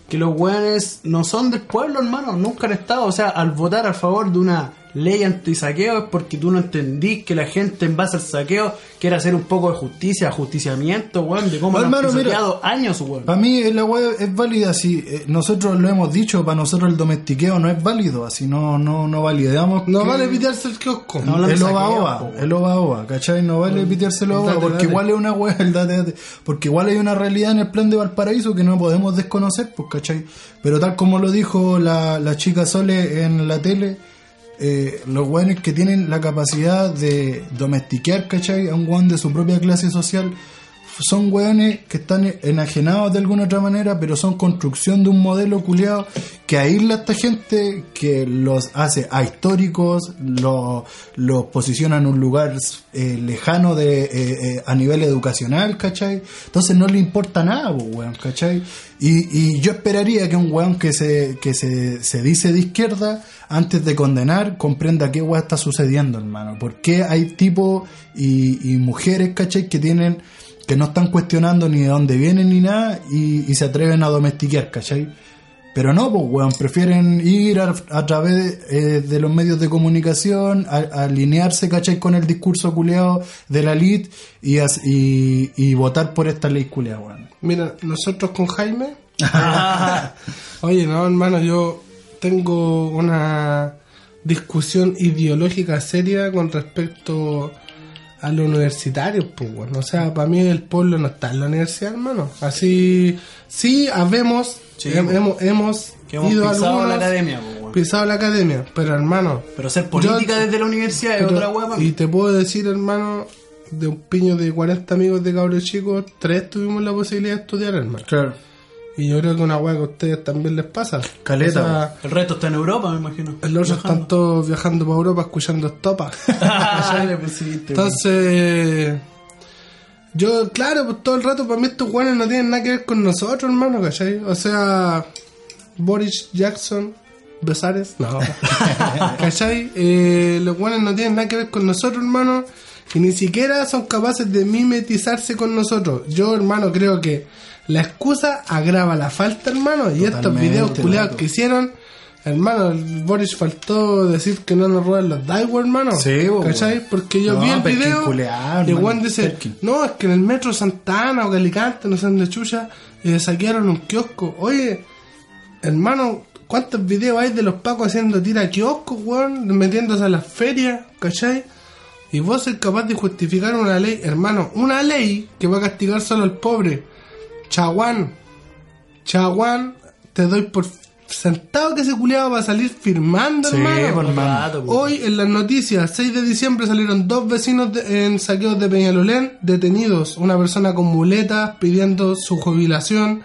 S3: que los weones no son del pueblo, hermano, nunca han estado. O sea, al votar a favor de una ley antisaqueo es porque tú no entendís que la gente en base al saqueo quiere hacer un poco de justicia, ajusticiamiento, weón, de cómo
S1: Bueno,
S3: nos han
S1: hermano, mira.
S3: pisoteado años, weón.
S1: Para mí eh, la web es válida si eh, nosotros lo hemos dicho, para nosotros el domestiqueo no es válido, así no no no validamos.
S2: No
S1: que-
S2: vale pitearse el kiosco.
S1: No,
S3: hablando
S1: el
S3: de
S1: oba
S3: saqueo,
S1: oba,
S3: po, weón.
S1: el oba oba, ¿cachai? No vale pitearse el oba oba,
S2: date,
S1: porque
S2: date.
S1: igual es una wea, el date, date, porque igual hay una realidad en el plan de Valparaíso que no podemos desconocer, pues, ¿cachai? Pero tal como lo dijo la, la chica Sole en la tele, eh, los weones que tienen la capacidad de domestiquear, ¿cachai? A un weón de su propia clase social, son weones que están enajenados de alguna otra manera, pero son construcción de un modelo culiado que aísla a esta gente, que los hace ahistóricos, los, los posiciona en un lugar eh, lejano de eh, eh, a nivel educacional, ¿cachai? Entonces no le importa nada, pues, weón, ¿cachai? Y, y yo esperaría que un weón que se, que se, se dice de izquierda, antes de condenar, comprenda qué weón está sucediendo, hermano. ¿Por qué hay tipos y, y mujeres, ¿cachai? Que tienen que no están cuestionando ni de dónde vienen ni nada y, y se atreven a domesticar, ¿cachai? Pero no, pues, weón, prefieren ir a, a través de, eh, de los medios de comunicación, a, a alinearse, ¿cachai? Con el discurso culeado de la elite y, as- y, y votar por esta ley culeada, weón.
S2: Mira, nosotros con Jaime. Oye, no, hermano, yo tengo una discusión ideológica seria con respecto a los universitarios, pues, bueno. O sea, para mí el pueblo no está en la universidad, hermano. Así, sí, habemos,
S3: Sí,
S2: hem- hemos, hemos
S3: Que hemos
S2: ido a
S3: pisado
S2: algunos,
S3: la academia, po, weón.
S2: pisado la academia, pero hermano,
S3: Pero ser política
S2: Yo-
S3: desde la universidad es
S2: pero-
S3: otra weón.
S2: Y te puedo decir, hermano, de un piño de 40 amigos de cabros chicos, tres tuvimos la posibilidad de estudiar, hermano.
S1: Claro.
S2: Y yo creo que una weá que a ustedes también les pasa.
S1: Caleta,
S2: O sea,
S3: El resto está en Europa, me imagino.
S2: el otro es
S3: Viajando.
S2: tanto viajando para Europa escuchando estopa.
S3: Ah, le pusiste, weón.
S2: Entonces, yo, claro, pues todo el rato para mí estos weones no tienen nada que ver con nosotros, hermano, ¿cachai? O sea, Boris Jackson, Besares, no. ¿cachai? Eh, los weones no tienen nada que ver con nosotros, hermano, y ni siquiera son capaces de mimetizarse con nosotros. Yo, hermano, creo que la excusa agrava la falta, hermano, y estos
S1: Totalmente,
S2: videos culeados
S1: loco.
S2: que hicieron. Hermano, el Boris faltó decir que no nos roban los Daiwa, hermano.
S1: Sí, bo,
S2: ¿Cachai?
S1: weón.
S2: Porque yo
S1: No,
S2: vi el
S1: Perkin
S2: video
S1: culear,
S2: y el
S1: mano,
S2: weón dice,
S1: Perkin.
S2: no, es que en el metro Santana o Calicante, no sé dónde chucha, eh, saquearon un kiosco. Oye, hermano, ¿cuántos videos hay de los pacos haciendo tira a kioscos, weón? Metiéndose a las ferias, ¿cachai? Y vos sos capaz de justificar una ley, hermano, una ley que va a castigar solo al pobre. Chaguán, Chaguán, te doy por sentado que ese culiado va a salir firmando,
S1: Sí,
S2: hermano.
S1: por
S3: Rato,
S1: hermano.
S3: po.
S2: Hoy en las noticias, 6 de diciembre, salieron dos vecinos de- en saqueos de Peñalolén detenidos. Una persona con muletas pidiendo su jubilación.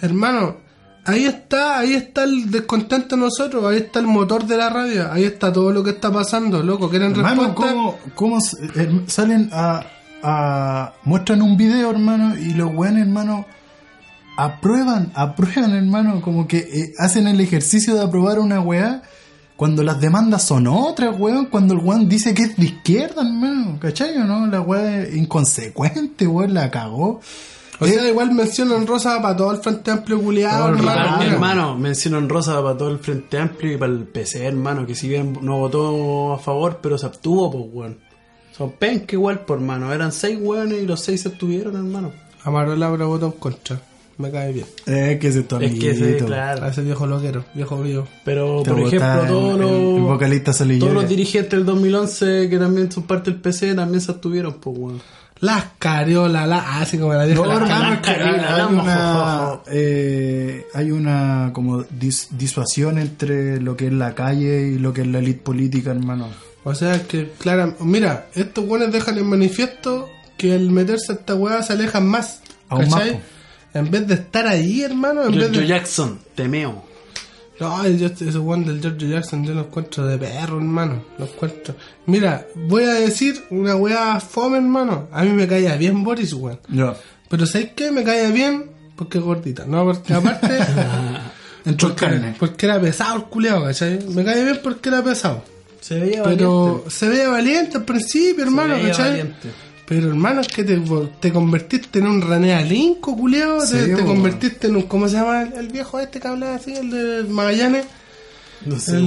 S2: Hermano, ahí está, ahí está el descontento de nosotros, ahí está el motor de la rabia, ahí está todo lo que está pasando, loco. ¿Quieren
S1: Hermano,
S2: respuesta?
S1: ¿cómo, cómo s- her- salen a, a- muestran un video, hermano, y los weones, hermano, aprueban, aprueban, hermano, como que eh, hacen el ejercicio de aprobar una weá cuando las demandas son otras, weón, cuando el weón dice que es de izquierda, hermano, ¿cachai o no? La weá es inconsecuente, weón, la cagó.
S2: O
S1: Eh.
S2: sea, igual mencionan Rosa para todo el Frente Amplio culiado,
S1: Todo el
S2: hermano.
S1: rato.
S3: Hermano,
S1: Claro.
S3: hermano, mención honrosa para todo el Frente Amplio y para el PC, hermano, que si bien no votó a favor, pero se abstuvo, pues, weón. Son penca igual, por hermano. Eran seis weones y los seis se abstuvieron, hermano.
S2: Amarola, pero votó en contra. Me cae bien.
S1: Es Eh, que se tu
S3: Es que, sí,
S1: amiguito.
S2: A
S3: claro.
S2: ese viejo loquero, viejo vivo.
S3: Pero,
S1: Te
S3: por
S1: botaron
S3: ejemplo, todos
S1: el- el
S3: los,
S1: vocalista solillo.
S3: todos los dirigentes del 2011 que también son parte del PC también se abstuvieron, pues, weón.
S2: Las cariolas, las. Ah, así como la dijo.
S1: No,
S2: la
S1: hermano,
S2: Carmen.
S1: es que hay,
S3: carina, la
S1: hay una,
S3: mojojojo.
S1: eh, hay una como dis- disuasión entre lo que es la calle y lo que es la elite política, hermano.
S2: O sea que, claro, mira, estos buenos dejan en manifiesto que al meterse a esta weá se alejan más.
S1: Aún más,
S2: ¿Cachai?
S1: po.
S2: En vez de estar ahí, hermano, en
S3: Giorgio
S2: vez de.
S3: Jackson, temeo.
S2: No, yo, esos weón del George Jackson yo los encuentro de perro, hermano. Los encuentro. Mira, voy a decir una weá fome, hermano. A mí me caía bien Boris, weón.
S1: Ya.
S2: Pero ¿sabes qué? Me caía bien porque es gordita. No, porque aparte.
S1: Entró en carne.
S2: porque era pesado el culeado, ¿cachai? Me caía bien porque era pesado.
S3: Se veía
S2: Pero se veía valiente al principio, hermano,
S3: veía
S2: ¿cachai?
S3: valiente.
S2: Pero hermano, es que te, te convertiste en un René Alinco, culiao.
S1: Sí,
S2: te, te
S1: bo.
S2: convertiste en un. ¿Cómo se llama el, el viejo este que hablaba así? El de Magallanes.
S3: No sé, weón.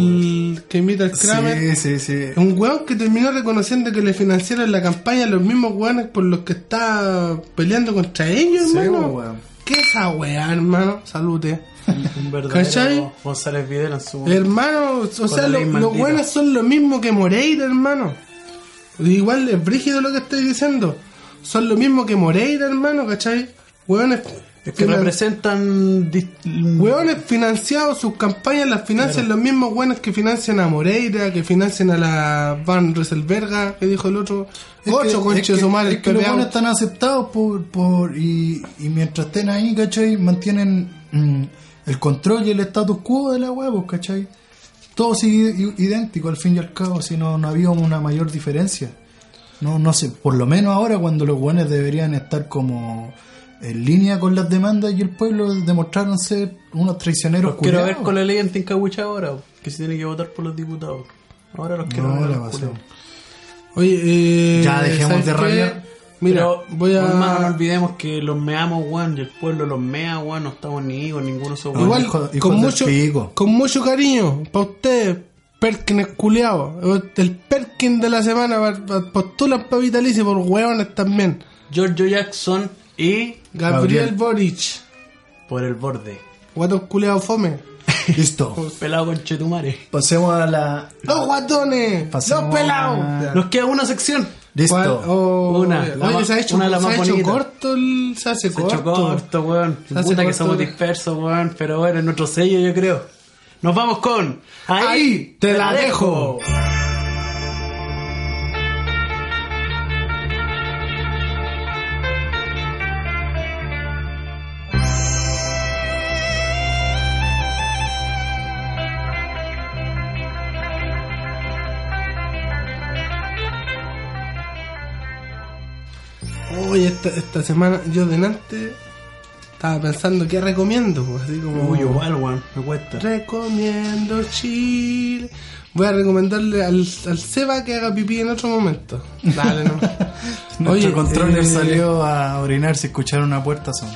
S2: el que imita al Kramer.
S1: Sí, sí, sí.
S2: Un weón que terminó reconociendo que le financiaron la campaña a los mismos weones por los que está peleando contra ellos,
S1: Sí,
S2: hermano.
S1: bo, weón.
S2: ¿Qué esa weá, hermano? Salute.
S3: Un verdadero
S2: ¿Cachai?
S3: González Videla en su...
S2: Hermano, o sea,
S3: la
S2: lo-
S3: ley
S2: los
S3: maldita.
S2: buenos son lo mismo que Moreira, hermano. Igual es brígido lo que estoy diciendo. Son lo mismo que Moreira, hermano, ¿cachai? Hueones,
S3: Es que representan... dis-
S2: hueones financiados, sus campañas las financian los mismos hueones que financian a Moreira, que financian a la Van Rieselberga, que dijo el otro.
S1: Es que-
S2: Ocho
S1: es que-
S2: conches su madre,
S1: es que los
S2: pepeado.
S1: buenos están aceptados por, por y, y mientras estén ahí, ¿cachai? Mantienen mm, el control y el status quo de la huevo, ¿cachai? Todo sigue i- idéntico al fin y al cabo, si no, no había una mayor diferencia. No, no sé, por lo menos ahora cuando los buenos deberían estar como en línea con las demandas y el pueblo demostraron ser unos traicioneros
S3: Los quiero ver
S1: culiados.
S3: con la ley en Tincahuicha ahora, weón, que se tiene que votar por los diputados. Ahora los quiero
S1: No,
S3: ver.
S1: la
S3: los
S1: pasó.
S3: culiados.
S2: Oye, eh,
S1: Ya dejemos
S2: ¿sabes
S1: de
S2: qué?
S1: rabiar.
S2: Mira,
S3: Pero,
S2: voy a...
S3: hermano, no olvidemos que los meamos, weón, y el pueblo los mea, weón, no estamos ni con ninguno de esos weones.
S2: Igual,
S1: hijo- hijo
S2: con,
S1: del
S2: mucho,
S1: pico.
S2: con mucho cariño, para ustedes, Perkins culeado. El Perkins de la semana, pa- pa- postulan para Vitalice por hueones también.
S3: Giorgio Jackson y
S2: Gabriel,
S1: Gabriel.
S2: Boric,
S3: por el borde.
S2: guatos culeado fome. Oh.
S1: Listo.
S3: Pelado con Chetumare.
S1: Pasemos a la...
S2: ¡Los guatones!
S1: Ah, Pasemos
S2: ¡Los pelados!
S1: a-
S2: Ya.
S3: Nos queda una sección.
S1: Listo.
S2: ¿Cuál? Oh,
S3: Una,
S2: oye,
S3: la más-
S2: se ha hecho,
S3: una de las
S2: se
S3: más
S2: ha hecho
S3: bonitas.
S2: corto el... Se hace
S3: Se
S2: corto.
S3: echó corto, weón.
S2: hace
S3: Puta que
S2: corto,
S3: somos
S2: weón.
S3: dispersos, weón. Pero bueno, es nuestro sello, yo creo. Nos vamos con. Ahí,
S2: Ahí te la dejo. Oye, esta, esta semana yo delante estaba pensando qué recomiendo, pues, así como...
S3: Uy, igual, weón. Me cuesta.
S2: Recomiendo Chile. Voy a recomendarle al, al Seba que haga pipí en otro momento. Dale, no.
S1: Nuestro controller
S2: eh,
S1: salió a orinar si escucharon una puerta sonar.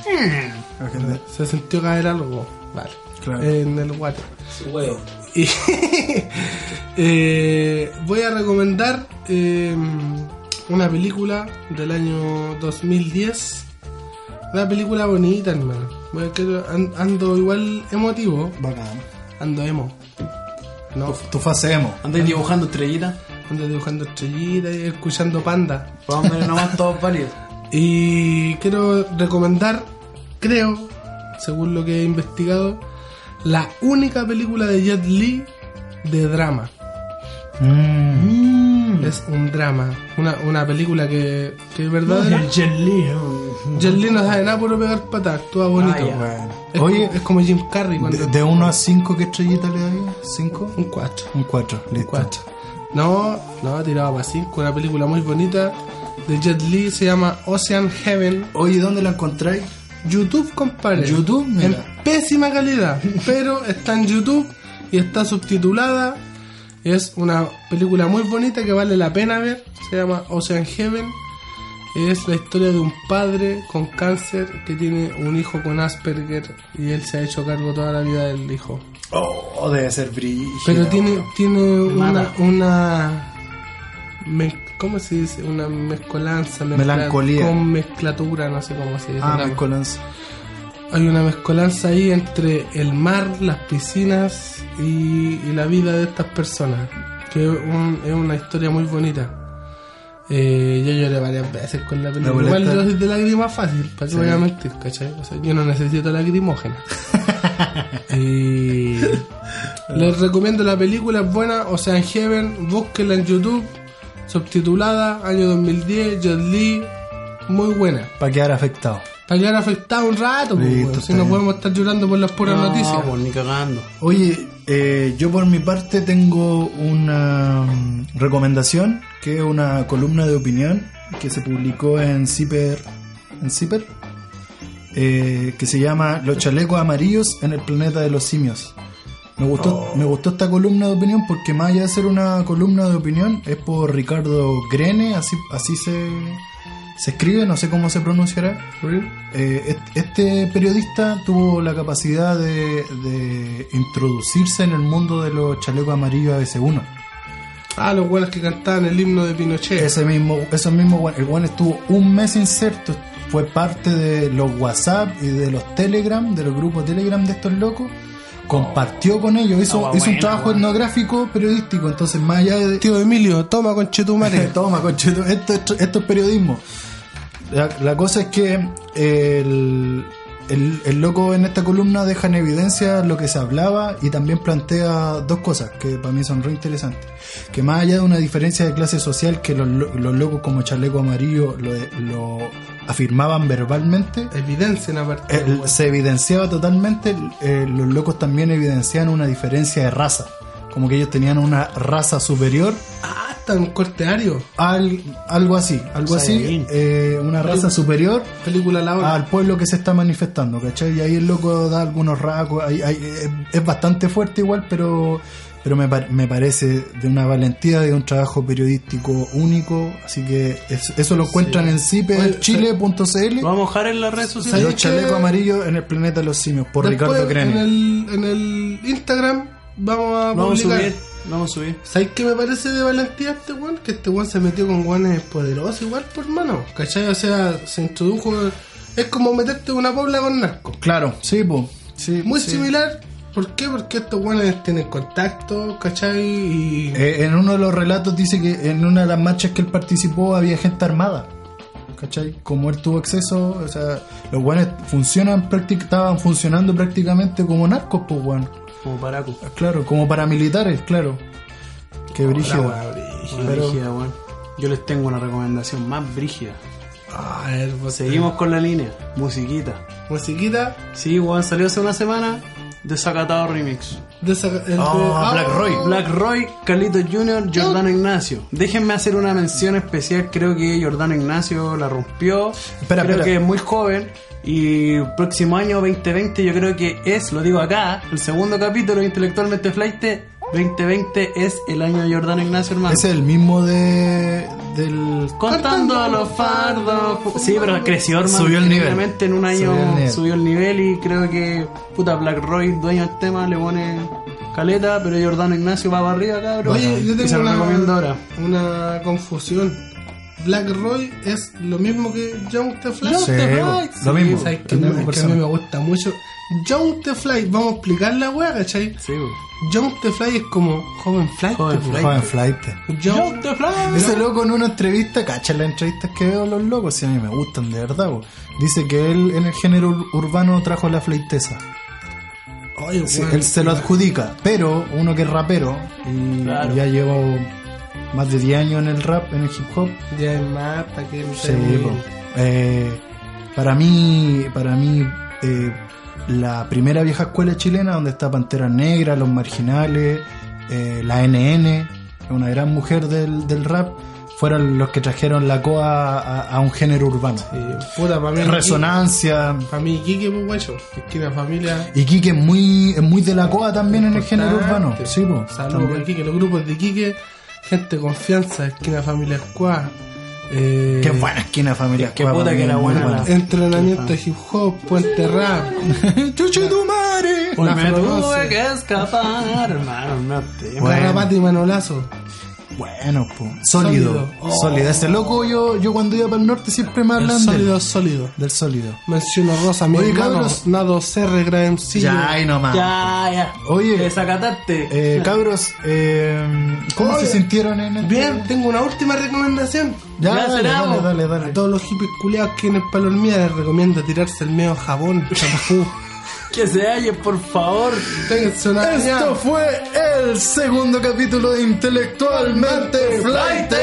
S1: Agenda.
S2: Se sintió caer algo. Vale.
S1: Claro.
S2: En el water. Y eh, voy a recomendar eh, una película del año 2010. Una película bonita, hermano. Voy a- quiero- an- ando igual emotivo.
S1: Bacán.
S2: Ando emo. No.
S1: Tu fase emo.
S3: Andáis dibujando estrellitas.
S2: Ando dibujando estrellitas y escuchando panda.
S3: Vamos a ver nomás todos válidos.
S2: Y quiero recomendar, creo, según lo que he investigado, la única película de Jet Li de drama. Es un drama. Una, una película que, que es verdadera. Jet Li no sabe nada por pegar patas, actúa bonito.
S3: Ah, ya.
S2: weón. es,
S1: Oye,
S2: como, es como Jim Carrey cuando.
S1: De, de 1 a 5, ¿qué estrellita le daría? ¿5?
S2: Un 4.
S1: Un 4, listo.
S2: Cuatro. No, no, tiraba para 5. Una película muy bonita de Jet Li se llama Ocean Heaven.
S1: Oye, ¿dónde la encontráis?
S2: YouTube, compadre.
S1: YouTube, mira.
S2: En pésima calidad, pero está en YouTube y está subtitulada. Es una película muy bonita que vale la pena ver. Se llama Ocean Heaven. Es la historia de un padre con cáncer que tiene un hijo con Asperger y él se ha hecho cargo toda la vida del hijo.
S1: Oh, debe ser brillo.
S2: Pero tiene, tiene una,
S3: mata.
S2: una me- ¿cómo se dice? Una mezcolanza, mezcla-
S1: Melancolía.
S2: con mezclatura, no sé cómo se dice.
S1: Ah,
S2: la-
S1: mezcolanza.
S2: hay una mezcolanza ahí entre el mar, las piscinas y, y la vida de estas personas, que es, un- es una historia muy bonita. Eh, yo lloré varias veces con la película.
S1: La
S2: Igual
S1: boleta.
S2: yo soy de lágrimas fácil, ¿para qué
S1: Sí.
S2: voy a mentir, cachai? O sea, yo no necesito lagrimógena. y les recomiendo la película, es buena, o sea, en Heaven, búsquenla en YouTube, subtitulada, año 2010, Jet Lee, muy buena.
S1: Para quedar afectado.
S2: Para quedar afectado un rato, pues,
S1: Listo,
S2: weón,
S1: está
S2: si no
S1: bien.
S2: podemos estar llorando por las puras noticias.
S3: pues, ni cagando.
S1: Oye, eh, yo por mi parte tengo una mm, recomendación que es una columna de opinión que se publicó en Ciper, en Ciper, eh, que se llama Los chalecos amarillos en el planeta de los simios. Me gustó, me gustó esta columna de opinión porque más allá de ser una columna de opinión es por Ricardo Grene, así, así se, se escribe, no sé cómo se pronunciará. Eh, est- este periodista tuvo la capacidad de, de introducirse en el mundo de los chalecos amarillos ABC1.
S2: Ah, los buenos que cantaban el himno de Pinochet.
S1: Ese mismo, eso mismo, weón- el Juan estuvo un mes inserto, fue parte de los WhatsApp y de los Telegram, de los grupos Telegram de estos locos. Compartió con ellos, hizo,
S3: Ah,
S1: hizo un
S3: buena,
S1: trabajo
S3: weón.
S1: etnográfico periodístico, entonces más allá de,
S2: Tío Emilio, toma con Chetumare.
S1: Toma, conchetu- esto, esto- esto es periodismo. La, la cosa es que el, el- el loco en esta columna deja en evidencia lo que se hablaba y también plantea dos cosas que para mí son re interesantes. Que más allá de una diferencia de clase social que los, lo- los locos como Chaleco Amarillo lo, lo afirmaban verbalmente,
S2: Evidencia en aparte.
S1: el- se evidenciaba totalmente, eh, los locos también evidencian una diferencia de raza. Como que ellos tenían una raza superior
S2: Ah, está un corte ario.
S1: al- algo así, algo así,
S3: Saiyajin.
S1: eh, una raza superior
S2: Película la hora.
S1: al pueblo que se está manifestando, ¿cachai? Y ahí el loco da algunos rasgos, ahí- ahí, eh, es bastante fuerte igual, pero pero me, par- me parece de una valentía, de un trabajo periodístico único, así que es- eso lo encuentran en
S3: Lo
S1: ciperchile.cl,
S3: vamos a mojar en las redes sociales.
S1: Los
S2: que-
S1: chalecos amarillos en el planeta de los simios, por
S2: Después,
S1: Ricardo
S2: en
S1: Crene.
S2: el, en el Instagram vamos a
S3: Vamos a
S2: publicar.
S3: subir. Vamos a subir.
S2: ¿Sabes qué me parece de valentía este weón? Que este weón se metió con weones poderosos igual, por mano. ¿Cachai? O sea, se introdujo. Es como meterte en una pobla con narco.
S1: Claro, sí, po. Sí,
S2: Muy
S1: sí.
S2: similar. ¿Por qué? Porque estos weones tienen contacto, ¿cachai? Y.
S1: Eh, en uno de los relatos dice que en una de las marchas que él participó había gente armada. ¿Cachai? Como él tuvo acceso, o sea, los guanes funcionan, práctic- estaban funcionando prácticamente como narcos, pues, weón.
S3: Como paraco.
S1: Claro, como paramilitares, claro. Qué brígido.
S2: Oh, La weá, brígido.
S3: Una
S1: Pero-
S3: brígida, weón. Yo les tengo una recomendación más brígida.
S2: A ver, pues,
S3: Seguimos con la línea. Musiquita.
S2: Musiquita
S3: Sí, weón, salió hace una semana. Desacatado Remix.
S2: de esa. el de-
S1: Ah,
S2: ah,
S1: Black Roy.
S3: Black Roy, Carlitos Jr., Jordano Ignacio. Déjenme hacer una mención especial. Creo que Jordano Ignacio la rompió.
S1: Espera,
S3: creo
S1: espera.
S3: que es muy joven. Y próximo año 2020, yo creo que es, lo digo acá, el segundo capítulo de Intelectualmente Flight. 2020 es el año de Jordano Ignacio, hermano.
S1: Ese es el mismo de. del.
S3: Contando a los fardos. Sí, pero creció, hermano.
S1: Subió el nivel.
S3: Realmente En un año
S1: Subió
S3: subió
S1: el
S3: el,
S1: nivel.
S3: nivel y creo que, puta, Black Roy, dueño del tema, le pone caleta, pero Jordano Ignacio va para arriba, cabrón.
S2: Oye, yo
S3: Y se
S2: tengo
S3: lo recomiendo ahora.
S2: una, una confusión. Black Roy es lo mismo que John the Fly.
S1: Sí, po, lo mismo.
S2: ¿Sabes que,
S1: la
S2: me-
S1: misma
S2: que a mí
S1: persona.
S2: me gusta mucho? John the Fly, vamos a explicar la wea, ¿cachai?
S3: Sí,
S2: John the Fly es como joven fly.
S3: Joven
S2: po.
S3: fly.
S1: Joven Flight.
S2: John
S3: the Fly.
S1: Ese loco en una entrevista, cacha las entrevistas que veo los locos, si a mí me gustan de verdad, po. Dice que él en el género ur- urbano trajo la flaiteza.
S2: Oye,
S1: Sí,
S2: weón,
S1: él se lo adjudica, pero uno que es rapero y
S3: Claro.
S1: ya lleva más de 10 años en el rap, en el hip hop.
S2: Ya es más para que me
S1: sí, po. Eh, para mí, para mí eh, la primera vieja escuela chilena donde está Pantera Negra, Los Marginales, eh, la NN, una gran mujer del, del rap, fueron los que trajeron la coa a, a un género urbano.
S2: Eh, puta, para mí.
S1: Resonancia.
S2: Para mí, Kike, pues, guacho. Es que la familia.
S1: Y Kike es muy, es muy de la coa también en el género
S2: Importante.
S1: urbano. Sí, po,
S2: Saludos
S1: también.
S2: a Quique, los grupos de Quique, gente de confianza, esquina familia Squad. Eh,
S1: Qué buena esquina familia.
S3: Qué puta que era
S1: muy
S3: buena la-
S2: Entrenamiento de hip hop, puente rap.
S1: Chuche tu madre.
S2: Una
S3: me tuve
S2: Florencia.
S3: que escapar, hermano. No te...
S1: Bueno.
S2: Garrapata y Manolazo.
S1: Bueno, po. sólido.
S2: Sólido.
S1: Sólido.
S2: Oh.
S1: Ese loco yo, yo cuando iba para el norte siempre me
S2: El
S1: hablan de él.
S2: sólido, sólido.
S1: del sólido.
S2: Menciono Rosa, mi
S1: Oye,
S2: hermano,
S1: cabros.
S2: Nado Serre, Graham Sillo.
S1: ahí nomás.
S3: Ya, ya.
S1: Oye.
S3: Desacataste.
S1: Eh, cabros, eh, ¿cómo
S2: Oye,
S1: se sintieron en el...
S2: Bien, tengo una última recomendación.
S1: Ya,
S3: Ya,
S1: dale, dale,
S3: cerramos.
S1: dale, dale.
S2: A todos los hippies culeados que en el palomía les recomiendo tirarse el medio jabón, champú.
S3: Que se halle, por favor.
S2: Ténganse una
S1: Esto fue el segundo capítulo de Intelectualmente Flight.